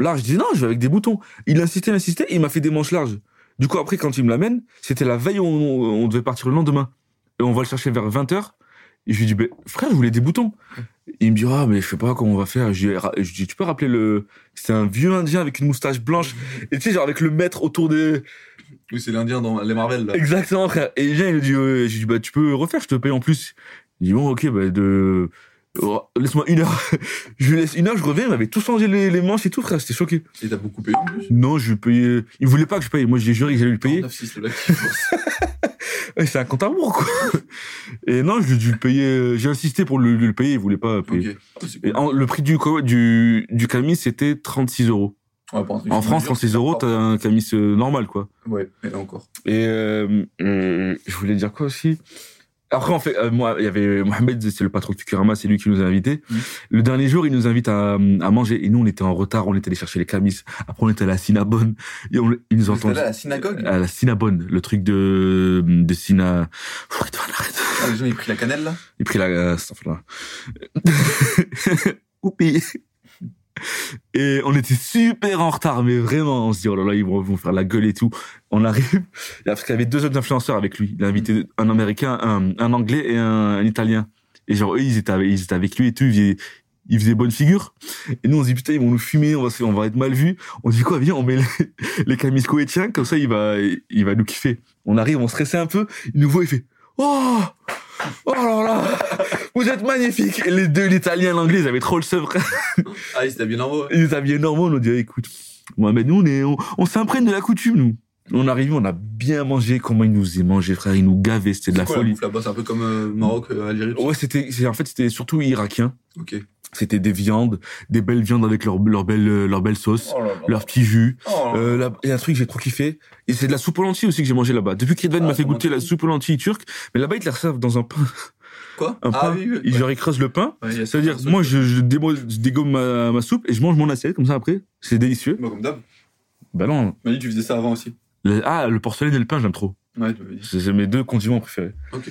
larges. Je disais non, je veux avec des boutons. Il insistait, insistait, et il m'a fait des manches larges. Du coup, après, quand il me l'amène, c'était la veille où on, on devait partir le lendemain. Et on va le chercher vers 20h. Et je lui dis, ben, frère, je voulais des boutons. Il me dit, ah, mais je sais pas comment on va faire. Je lui ai ra- je lui dis, tu peux rappeler le. C'était un vieux indien avec une moustache blanche. Et tu sais, genre avec le maître autour des.
Oui, c'est l'Indien dans les Marvel. Là.
Exactement, frère. Et déjà, il me dit, euh, j'ai dit, bah, tu peux refaire, je te paye en plus. Il dit, bon, ok, bah, de. oh, Laisse-moi une heure. je lui laisse une heure, je reviens, il m'avait tout changé les, les manches et tout, frère, j'étais choqué.
Et t'as beaucoup payé en plus.
Non, je lui payais. Il voulait pas que je paye. Moi, j'ai juré que j'allais lui payer.
49,6, le mec qui force.
Ouais, C'est un compte à rebours, quoi. Et non, je lui ai dû le payer. J'ai insisté pour le, le payer, il voulait pas payer.
Ok. Ah, c'est
Et
cool.
en- le prix du, co- du, du camis, c'était 36 euros.
Ouais, par
En
contre, il faut
France,
dire,
36 euros, t'as un camis euh, normal, quoi.
Ouais, mais là encore.
Et euh, euh, je voulais dire quoi aussi Après, en fait, euh, moi, il y avait Mohamed, c'est le patron de Fukurama, c'est lui qui nous a invités.
Mhm.
Le dernier jour, il nous invite à, à manger. Et nous, on était en retard, on était allé chercher les camis. Après, on était à la Cinnabon. Et on, ils nous
Vous êtes
entendent
allé à la synagogue
à la Cinnabon, le truc de, de Sina. Pff, arrête, arrête.
Ah, les gens, ils prient la cannelle, là
Il prit la euh, cette là. Oupi. Et on était super en retard, mais vraiment, on se dit, oh là là, ils vont vont faire la gueule et tout. On arrive, et parce qu'il y avait deux autres influenceurs avec lui. Il a invité un Américain, un, un Anglais et un, un Italien. Et genre, eux, ils étaient avec, ils étaient avec lui et tout, ils faisaient, ils faisaient bonne figure. Et nous, on se dit, putain, ils vont nous fumer, on va, se- on va être mal vus. On se dit, quoi, viens, on met les, les camisco et tiens, comme ça, il va, il va nous kiffer. On arrive, on stressait un peu, il nous voit, il fait, oh! Oh là là Vous êtes magnifique Et Les deux, l'Italien et l'Anglais, ils avaient trop le seum. frère.
Ah, ils étaient bien en haut. ouais.
Ils étaient habillés normaux, on nous dit, écoute, moi, mais nous, on, est- on, on s'imprègne de la coutume, nous. On arrive, on a bien mangé, comment ils nous ont mangé, frère, ils nous gavaient, c'était de la
C'est quoi,
folie.
bouffe là-bas C'est un peu comme euh, Maroc, euh, Algérie. tout
Ouais, c'était, c'est- en fait, c'était surtout irakien.
ça Ok.
C'était des viandes, des belles viandes avec leur, leur belle, leur belle sauce,
Oh là là.
leur petit jus.
Oh là là.
Euh, là, il y a un truc que j'ai trop kiffé. Et c'est de la soupe aux lentilles aussi que j'ai mangé là-bas. Depuis qu'Edvan
Ah,
m'a fait
comment
goûter
tu
la
dis
soupe aux lentilles turque, mais là-bas, ils te la servent dans un pain.
Quoi
Un
Ah
pain.
oui, oui.
Ils
ouais.
leur écrasent le pain.
Ouais, il y a
Ça veut dire, moi, je, je, démo- je dégomme ma, ma soupe et je mange mon assiette comme ça après. C'est délicieux.
Moi, comme d'hab.
Bah non.
Tu m'as dit que tu faisais ça avant aussi.
Le- ah, le porcelaine et le pain, j'aime trop.
Ouais, tu m'avais dit.
C'est c'est mes deux condiments préférés.
Ok.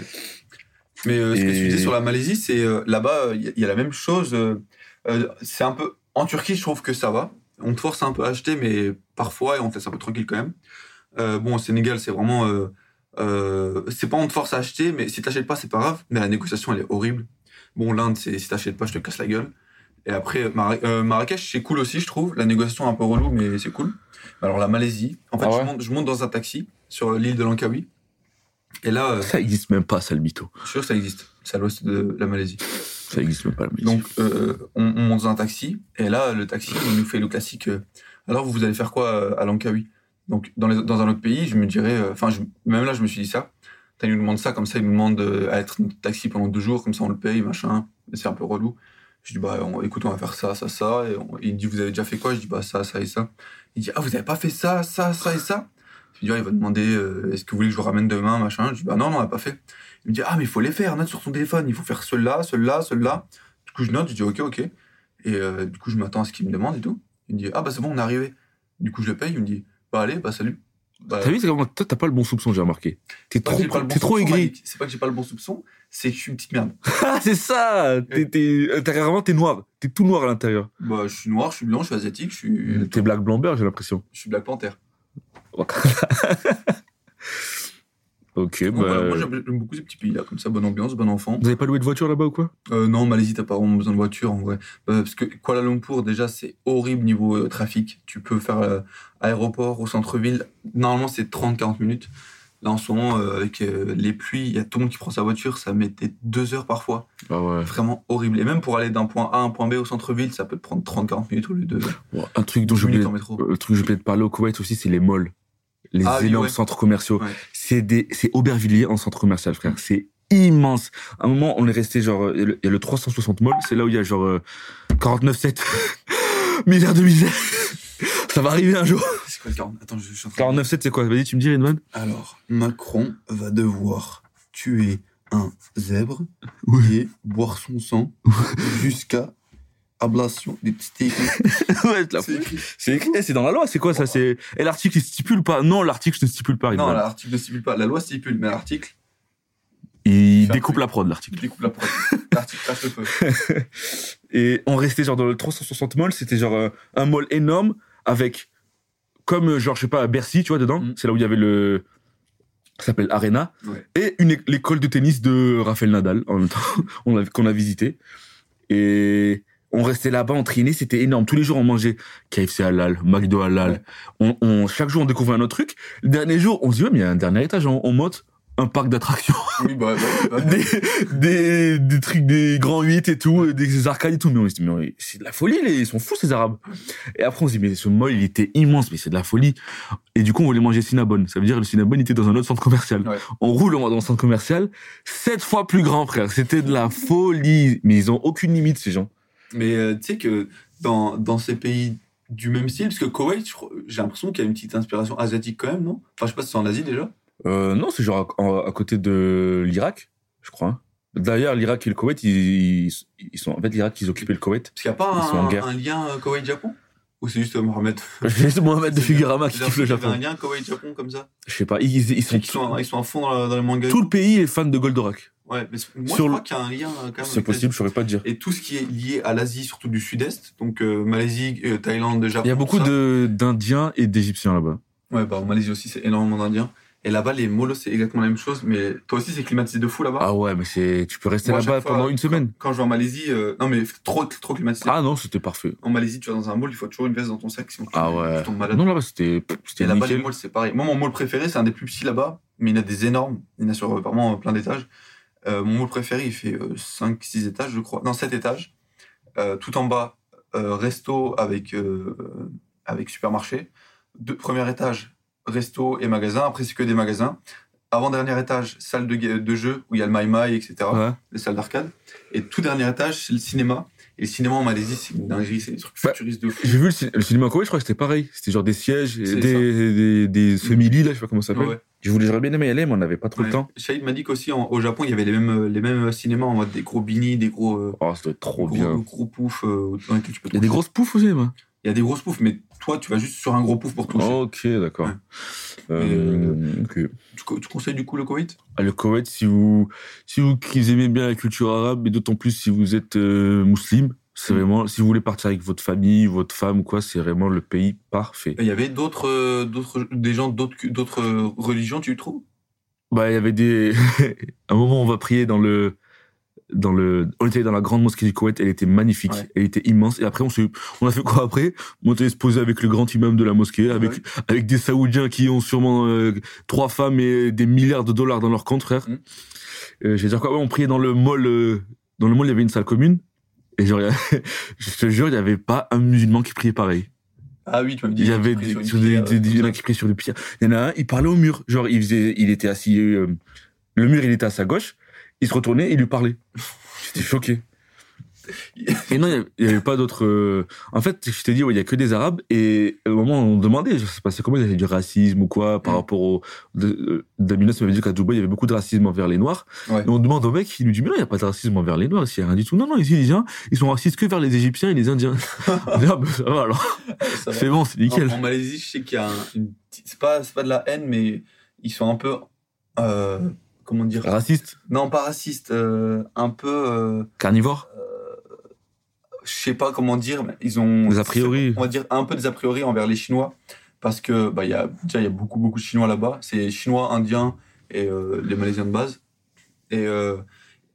Mais euh, ce que tu
Et-
disais sur la Malaisie, c'est euh, là-bas, il y, a la même chose. euh, euh, c'est un peu. En Turquie, je trouve que ça va. On te force un peu à acheter, mais parfois, et on te laisse un peu tranquille quand même. Euh, bon, au Sénégal, c'est vraiment. euh, euh, c'est pas on te force à acheter, mais si t'achètes pas, c'est pas grave. Mais la négociation, elle est horrible. Bon, l'Inde, c'est si t'achètes pas, je te casse la gueule. Et après, Mara- euh, Marrakech, c'est cool aussi, je trouve. La négociation est un peu relou, mais c'est cool. Mais Alors, la Malaisie, en fait,
Ah ouais
je, monte, je monte dans un taxi sur euh, l'île de Langkawi. Et là, euh,
Ça existe même pas, ça, le mytho.
je suis sûr que ça existe. C'est à l'ouest de la Malaisie.
Ça existe même pas, le mytho.
Donc, euh, on, on monte dans un taxi. Et là, le taxi, il nous fait le classique. euh, Alors, vous allez faire quoi euh, à Langkawi Donc, dans, les- dans un autre pays, je me dirais. euh, Enfin, je- même là, je me suis dit ça. Putain, Il nous demande ça, comme ça, il nous demande euh, à être notre taxi pendant deux jours, comme ça, on le paye, machin. Mais c'est un peu relou. Je dis, bah, on- écoute, on va faire ça, ça, ça. Et on- il dit, vous avez déjà fait quoi Je dis, bah, ça, ça et ça. Il dit, ah, vous n'avez pas fait ça, ça, ça et ça Je lui dis, ah, il va demander, euh, est-ce que vous voulez que je vous ramène demain, machin Je dis, bah, non, non, on n'a pas fait. Il me dit, ah, mais il faut les faire, note sur ton téléphone, il faut faire ceux-là, ceux-là, ceux-là. Du coup, je note, je dis, ok, ok. Et euh, du coup, je m'attends à ce qu'il me demande et tout. Il me dit, ah, bah, c'est bon, on est arrivé. Du coup, je le paye, il me dit, bah, allez, bah, salut. Bah,
T'as vu, c'est comment toi, t'as pas le bon soupçon, j'ai remarqué. T'es
c'est pas que
trop,
j'ai pas le bon
t'es trop
soupçon,
aigri.
Malik. C'est pas que j'ai pas le bon soupçon, c'est que je suis une petite merde.
Ah, c'est ça! T'es, t'es, intérieurement, t'es noir. T'es tout noir à l'intérieur.
Bah, je suis noir, je suis blanc, je suis asiatique, je suis,
T'es black blamber, j'ai l'impression.
je suis Black Panther.
ok,
Donc, voilà, moi,
bah.
j'aime j'aime beaucoup ces petits pays-là, comme ça, bonne ambiance, bon enfant.
Vous avez pas loué de voiture là-bas ou quoi?
Euh, non, Malaisie, t'as pas vraiment besoin de voiture en vrai. Euh, parce que Kuala Lumpur, déjà, c'est horrible niveau euh, trafic. Tu peux faire euh, aéroport au centre-ville. Normalement, c'est 30-40 minutes. Là, en ce moment, euh, avec euh, les pluies, il y a tout le monde qui prend sa voiture. Ça met des deux heures parfois.
Ah ouais.
Vraiment horrible. Et même pour aller d'un point A à un point B au centre-ville, ça peut te prendre 30-40 minutes au lieu de
Un truc dont
10
j'ai oublié
minutes en métro.
Le truc que je voulais te parler au Koweït aussi, c'est les malls. Les
Ah oui,
énormes
ouais.
centres commerciaux.
Ouais.
C'est des, c'est Aubervilliers en centre commercial, frère. C'est immense. À un moment, on est resté genre, euh, il y a le- il y a le 360 mall, c'est là où il y a genre euh, 49,7 milliards de misères. Ça va arriver un jour.
C'est quoi le 40 Attends, je, je suis en train de-
49,7 c'est quoi? Vas-y, tu me dis, Redman?
Alors, Macron va devoir tuer un zèbre et boire son sang jusqu'à ablation des petites églises.
ouais, je la fous.
C'est écrit.
c'est écrit, Eh, c'est dans la loi, c'est quoi ça? C'est, et l'article, il stipule pas. Non, l'article, je ne stipule pas.
Oh. Non,
Redman.
l'article ne stipule pas. La loi stipule, mais l'article
Il
Faire
découpe
truc.
la prod, l'article.
découpe la preuve. L'article cache le feu.
Et on restait genre dans le 360 mall, c'était genre euh, un mall énorme avec comme euh, genre je sais pas à Bercy, tu vois dedans,
Mm.
c'est là où il y avait le ça s'appelle Arena
Ouais.
et une é- l'école de tennis de Raphaël Nadal en même temps on l'a- qu'on a visité et on restait là-bas, on traînait, c'était énorme. Tous les jours on mangeait KFC halal, McDo halal. On, on- chaque jour on découvrait un autre truc. Le dernier jour, on se dit ouais, mais il y a un dernier étage, on, on monte un parc d'attractions,
Oui, bah, bah, bah.
des, des des trucs des grands 8 et tout, euh, des arcades et tout. Mais on se dit mais c'est de la folie, les, ils sont fous ces arabes. Et après on se dit mais ce mall il était immense, mais c'est de la folie. Et du coup on voulait manger Cinnabon. Ça veut dire que le Cinnabon était dans un autre centre commercial.
Ouais.
On roule on va dans le centre commercial, sept fois plus grand, frère. C'était de la folie. Mais ils ont aucune limite, ces gens.
Mais euh, tu sais que dans, dans ces pays du même style, parce que Koweït, je crois- j'ai l'impression qu'il y a une petite inspiration asiatique quand même, non Enfin, je sais pas si c'est en Asie déjà.
Euh, non, c'est genre à, en- à côté de l'Irak, je crois. hein. D'ailleurs, l'Irak et le Koweït, ils, ils- ils sont en fait l'Irak, ils occupaient le Koweït.
Parce qu'il n'y a pas
Ils sont en
un,
guerre.
un lien euh, Koweït-Japon Ou c'est juste euh, Mohamed
Juste Mohamed de
C'est-
Fugurama qui
J'ai
kiffe le
l'impression qu'il y avait
Japon.
un lien Koweït-Japon comme ça
Je sais pas, ils, ils- ils sont,
Ils sont, ils sont à fond euh, dans, le- dans les mangas.
tout le pays est fan de Goldorak.
Ouais, mais c'est- moi
Sur
je
le-
crois qu'il y a un lien euh, quand même.
C'est
avec
possible, je saurais pas te dire.
l'Asie. Et tout ce qui est lié à l'Asie, surtout du sud-est, donc euh, Malaisie, euh, Thaïlande, Japon.
Il y a beaucoup
tout ça.
de- d'Indiens et d'Égyptiens là-bas.
Ouais, bah en Malaisie aussi, c'est énormément d'Indiens. Et là-bas, les molos, c'est exactement la même chose, mais toi aussi, c'est climatisé de fou là-bas.
Ah ouais, mais c'est, tu peux rester
Moi, à
là-bas
chaque fois,
pendant une semaine.
Quand je vais en Malaisie, euh, non mais trop, trop climatisé.
Ah non, c'était parfait.
En Malaisie, tu vas dans un mall, il faut toujours une veste dans ton sac, sinon tu,
Ah ouais.
tu tombes malade.
Non, là-bas, c'était,
Et
c'était
là-bas, les
nickel.
malls, c'est pareil. Moi, mon mall préféré, c'est un des plus petits là-bas, mais il y en a des énormes. Il y en a sur euh, vraiment euh, plein d'étages. Euh, mon mall préféré, il fait 5-6 étages, je crois. Non, 7 étages. Euh, tout en bas, euh, resto avec, euh, avec supermarché. Deux, premier étage, resto et magasin. Après, c'est que des magasins. Avant-dernier étage, salle de, ga- de jeu où il y a le Mai Mai, etc
Ouais.
les salles d'arcade. Et tout dernier étage, c'est le cinéma. Et le cinéma en Malaisie, c'est une dinguerie, c'est des trucs
Bah,
futuristes de fou.
J'ai vu le, cin- le cinéma coréen, je crois que c'était pareil. C'était genre des sièges, et
C'est
des, des, des semi-lits, là, je sais pas comment ça s'appelle.
Ouais.
Je voulais, j'aurais bien aimé y aller, mais on n'avait pas trop
Ouais.
le temps.
Shahid m'a dit qu'aussi en- au Japon, il y avait les mêmes, les mêmes euh, cinémas en mode des gros bini, des gros, euh,
Oh, c'était trop
gros,
bien.
gros poufs euh, dans lesquels tu peux
Il y a des
toucher.
grosses poufs aussi, moi.
Il y a des grosses poufs, mais toi, tu vas juste sur un gros pouf pour toucher.
Ok, d'accord. Euh, ok.
Tu, co- tu conseilles du coup le Koweït
Ah, Le Koweït, si vous, si vous qui aimez bien la culture arabe, et d'autant plus si vous êtes euh, musulman, c'est
Mm.
vraiment, si vous voulez partir avec votre famille, votre femme ou quoi, c'est vraiment le pays parfait.
Et Il y avait d'autres, euh, d'autres, des gens d'autres, cu- d'autres euh, religions, tu trouves
Bah, il y avait des. à un moment, on va prier dans le. Dans le, on était dans la grande mosquée du Koweït, elle était magnifique,
Ouais.
elle était immense. Et après, on, s'est- on a fait quoi après On était se poser avec le grand imam de la mosquée, avec,
Ouais.
avec des Saoudiens qui ont sûrement euh, trois femmes et des milliards de dollars dans leur compte, frère.
Mhm.
Euh, je vais dire quoi Ouais, On priait dans le mall, euh, dans le mall, il y avait une salle commune. Et genre, il y a- je te jure, il n'y avait pas un musulman qui priait pareil.
Ah oui, tu m'avais dit.
Il y avait
pris
des,
sur une
sur des-
pierre,
des- des- il y en
euh,
a qui priaient sur le pire. Il y en a un, il parlait au mur. Genre, il faisait, il était assis, euh, le mur, il était à sa gauche. Il se retournait, il lui parlait. J'étais choqué. Et non, il y avait- il y avait pas d'autres. euh, En fait, je t'ai dit, ouais, il y a que des Arabes. Et euh, au moment où on demandait, je sais pas, c'est comment il y avait du racisme ou quoi par
Mm.
rapport au. de- euh, Daminos m'avait dit qu'à Dubaï, il y avait beaucoup de racisme envers les Noirs.
Ouais.
Et on demande au mec, il nous dit, mais non, il n'y a pas de racisme envers les Noirs, ici, il y a rien du tout. Non, non, ici, les gens, ils sont racistes que vers les Égyptiens et les Indiens. On dit, ah, bah, ça va alors.
ça va.
C'est bon, c'est nickel.
En, en Malaisie, je sais qu'il y a un- une petite- c'est pas c'est pas de la haine, mais ils sont un peu euh, comment dire
Raciste,
Non, pas racistes, euh, un peu euh,
carnivore.
je sais pas comment dire, mais ils ont
Des a priori.
On va dire un peu des a priori envers les Chinois parce que bah il y a déjà il y a beaucoup beaucoup de Chinois là-bas, c'est Chinois, Indiens et euh, les Malaisiens de base et euh,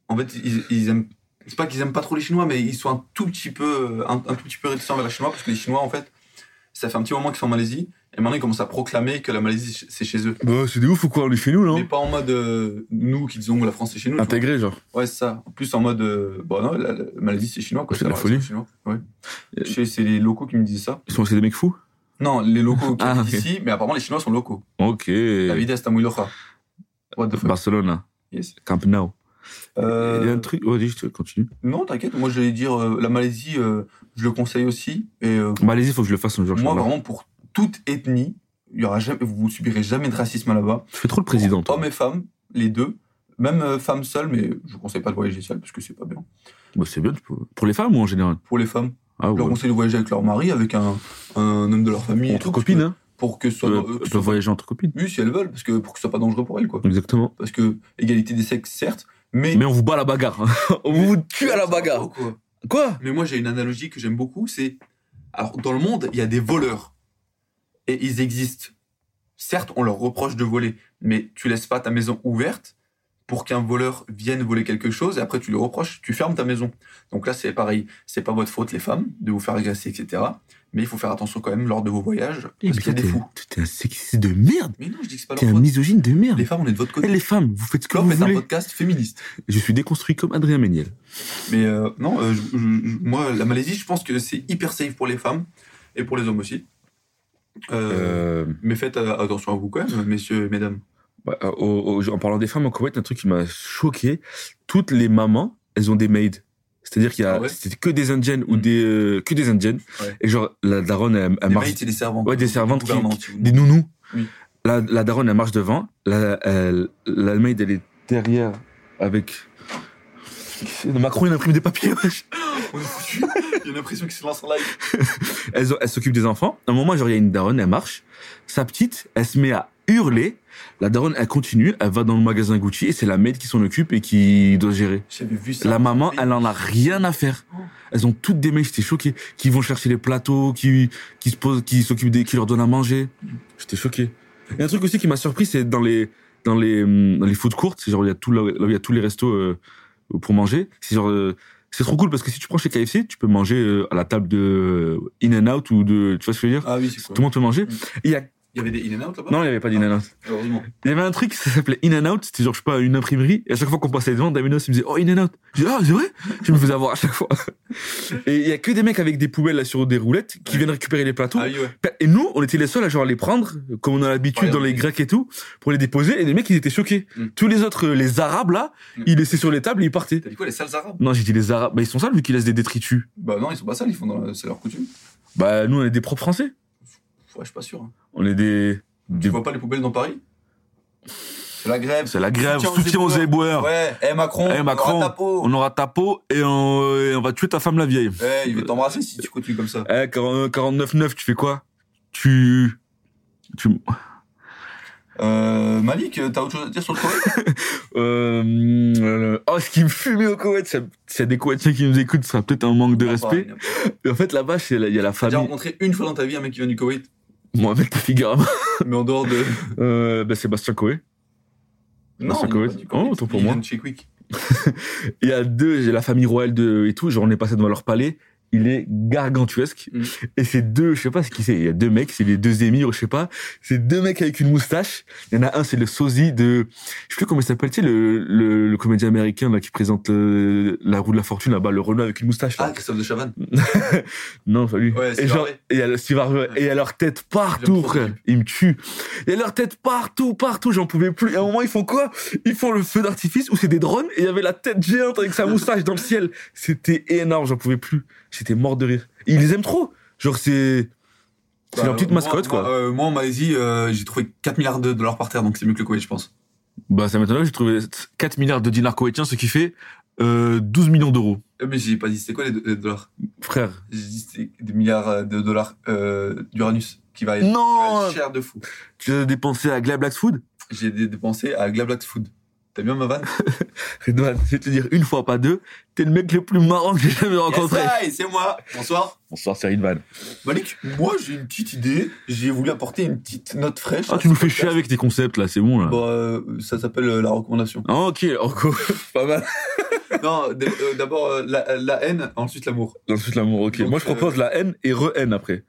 en fait ils, ils aiment c'est pas qu'ils aiment pas trop les Chinois, mais ils sont un tout petit peu euh, un, un tout petit peu réticents envers les Chinois parce que les Chinois en fait ça fait un petit moment qu'ils sont en Malaisie et maintenant ils commencent à proclamer que la Malaisie c'est chez eux.
Bah, c'est des ouf ou quoi On est chez nous,
Mais pas en mode euh, nous qui disons que la France c'est chez nous. tu vois.
Intégré, genre.
Ouais, c'est ça. En plus, en mode. euh, bon, non, la, la Malaisie, c'est chinois, quoi.
C'est de la
Ouais,
folie.
Chinois. Ouais.
Euh,
Je sais, C'est les locaux qui me disaient ça.
Ils sont c'est des mecs fous
Non, les locaux qui
Ah,
habitent
ok.
ici, mais apparemment, les Chinois sont locaux.
Ok.
La vida está muy loca. What the fuck.
Barcelone, là.
Yes.
Camp Nou.
Euh,
Il y a un truc. Ouais, dis, je te continue.
Non, t'inquiète, moi, j'allais dire, euh, la Malaisie, euh, je le conseille aussi. Et euh,
Malaisie, Bah, faut que je le fasse un jour. je
moi,
crois.
vraiment, pour toute ethnie, il y aura jamais, vous subirez jamais de racisme là-bas.
Tu fais trop le président. toi.
Hommes et femmes, les deux. Même euh, femmes seules, mais je vous conseille pas de voyager seule parce que c'est pas bien.
Bah, c'est bien. tu peux- Pour les femmes ou en général
Pour les femmes,
Ah
je leur
ouais.
conseille de voyager avec leur mari, avec un, un homme de leur famille. et
Entre
tout, parce
copines,
que-
hein.
pour que ce soit,
Elles
euh, que
peuvent
ce soit-
voyager entre copines.
oui, si elles veulent, parce que pour que ce soit pas dangereux pour elles, quoi.
Exactement.
Parce que égalité des sexes, certes, mais
Mais on vous bat à la bagarre. hein. on vous tue à la bagarre.
Quoi.
Quoi
Mais moi, j'ai une analogie que j'aime beaucoup, c'est alors dans le monde, il y a des voleurs et ils existent. Certes, on leur reproche de voler, mais tu laisses pas ta maison ouverte pour qu'un voleur vienne voler quelque chose et après tu le reproches, tu fermes ta maison. Donc là, c'est pareil, c'est pas votre faute, les femmes, de vous faire agresser, etc. Mais il faut faire attention quand même lors de vos voyages,
Eh,
parce qu'il y a
putain,
des fous.
T'es t'es un sexiste de merde.
Mais non, je dis que c'est pas
T'es
leur
un
faute.
misogyne de merde.
Les femmes, on est de votre
Eh,
côté.
Les femmes, vous faites ce que
Club
vous
est un
voulez.
podcast féministe.
Je suis déconstruit comme Adrien Méniel.
Mais euh, non, euh, je- je- je- moi, la Malaisie, je pense que c'est hyper safe pour les femmes et pour les hommes aussi. Euh,
Euh,
Mais faites euh, attention à vous quand même, messieurs et mesdames.
bah, euh, au- au- en parlant des femmes en Koweït, un truc qui m'a choqué, toutes les mamans, elles ont des maids. C'est-à-dire qu'il y a
Ah ouais
c'était que des indiennes ou
Mm.
des euh, que des indiennes
Ouais.
et genre la daronne elle, elle
Des
marche
maids et des servantes.
ouais des servantes qui-
Gouvernantes,
qui-
si vous
des nounous.
Oui.
La, la daronne elle marche devant, la elle- la maid elle est derrière avec le Macron il imprime des papiers. wesh.
voulez. On est foutus. Il y a l'impression qu'ils se lancent en live.
Elles, ont- elles s'occupent des enfants. À un moment, genre, il y a une daronne, elle marche. Sa petite, elle se met à hurler. La daronne, elle continue, elle va dans le magasin Gucci et c'est la maid qui s'en occupe et qui doit gérer.
J'avais vu ça.
La maman, elle en a rien à faire. Elles ont toutes des mecs, j'étais choqué, qui vont chercher les plateaux, qui, qui se posent, qui s'occupent des, qui leur donnent à manger. J'étais choqué. Et un truc aussi qui m'a surpris, c'est dans les, dans les, hum, dans les food courts, c'est genre, il y a tout là, là où il y a tous les restos, euh, pour manger. C'est genre, euh, c'est trop cool parce que si tu prends chez KFC, tu peux manger euh, à la table de In and Out ou de, tu vois ce que je veux dire?
Ah oui, c'est cool.
Tout le monde peut manger. Et
Mm.
il y a,
Il y avait des in and out là-bas
non, il n'y avait pas d'In and Out.
Heureusement.
Il y avait un truc, ça s'appelait In and Out, c'était genre, je sais pas, une imprimerie, et à chaque fois qu'on passait devant, Daminos, il me disait, oh, In and Out. Je dis, ah, c'est vrai? Je me faisais avoir à chaque fois. Et il y a que des mecs avec des poubelles, là, sur des roulettes, qui
Ouais.
viennent récupérer les plateaux.
Ah oui, ouais.
Et nous, on était les seuls à genre les prendre, comme on a l'habitude
Ouais,
dans les
ouais.
grecs et tout, pour les déposer, et les mecs, ils étaient choqués.
Mm.
Tous les autres, euh, les arabes, là,
Mm.
ils laissaient sur les tables et ils partaient.
T'as dit quoi, les salles arabes
Non, j'ai dit les arabes, bah, ils sont sales, vu qu'ils laissent des détritus.
Bah non, ils sont pas sales, ils font dans la... c'est leur coutume.
Bah, nous, on est des propres français.
Ouais, je suis pas sûr. hein.
On est des, des-
Tu vois pas les poubelles dans Paris C'est la grève.
c'est la grève,
Soutien aux
soutien aux éboueurs.
Ouais, eh Macron,
Eh, Macron.
aura ta peau.
On aura ta peau et on, euh, et on va tuer ta femme la vieille.
Eh, il va t'embrasser si tu continues comme ça.
Eh, 40 49-9, tu fais quoi Tu. Tu.
Euh, Malik, euh, t'as autre chose à dire sur le Koweït
Euh, euh, oh, ce qui me fumait au Koweït, ça- s'il y a des Koweïtiens qui nous écoutent, ce sera peut-être un manque de respect. Mais en fait, là-bas, c'est la- il y a la
T'as déjà
famille.
rencontré une fois dans ta vie un mec qui vient du Koweït,
Moi, avec ta figure à main.
mais en dehors de.
Euh, bah, Sébastien Koé. c'est
il
Koweït.
vient pas du
Oh, autant pour
il
moi.
vient de chez Quick.
Il y a deux, j'ai la famille royale de, et tout, genre, on est passé devant leur palais. Il est gargantuesque.
Mm.
Et c'est deux, je sais pas ce qui c'est. Il y a deux mecs, c'est les deux émirs, je sais pas. C'est deux mecs avec une moustache. Il y en a un, c'est le sosie de, je sais plus comment il s'appelle, tu sais, le, le, le comédien américain, là, qui présente euh, la roue de la fortune, là-bas, le Renault avec une moustache, là.
Ah, Christophe de Chavannes.
Non, pas lui.
Ouais,
et
Steve
genre,
Harvey.
et il y a le Steve Harvey, et il y a leur tête partout,
J'aime trop ce
frère.
type.
Ils me tuent. Il y a leur tête partout, partout, j'en pouvais plus. Et à un moment, ils font quoi? Ils font le feu d'artifice où c'est des drones et il y avait la tête géante avec sa moustache dans le ciel. C'était énorme, j'en pouvais plus. J'étais mort de rire. Et ils les aiment trop. Genre, c'est, c'est
Bah,
leur petite
moi-
mascotte,
moi,
quoi.
euh, moi, en Malaisie, euh, j'ai trouvé 4 milliards de dollars par terre, donc c'est mieux que le Koweït, je pense.
Bah, ça m'étonne, j'ai trouvé 4 milliards de dinars koweïtiens, ce qui fait, euh, 12 millions d'euros.
Euh, Mais j'ai pas dit c'était quoi les, do- les dollars
Frère.
J'ai dit c'était des milliards euh, de dollars euh, d'Uranus qui va être, qui va
Non!
être cher de fou.
Tu as dépensé à Glablax Food?
J'ai dé- dépensé à Glablax Food. T'as bien ma vanne
Redouane, je vais te dire une fois, pas deux. T'es le mec le plus marrant que j'ai jamais rencontré.
Yes, hi, c'est moi. Bonsoir.
Bonsoir, c'est Ridvan.
Malik, moi j'ai une petite idée. J'ai voulu apporter une petite note fraîche.
Ah, tu nous fais chier avec tes concepts là, c'est bon là.
Bon, euh, ça s'appelle euh, la recommandation.
Ah, ok, encore. pas mal.
non, d- euh, d'abord euh, la, la haine, ensuite l'amour.
Ensuite, l'amour, ok.
Donc,
Moi, je propose la haine et re-haine après.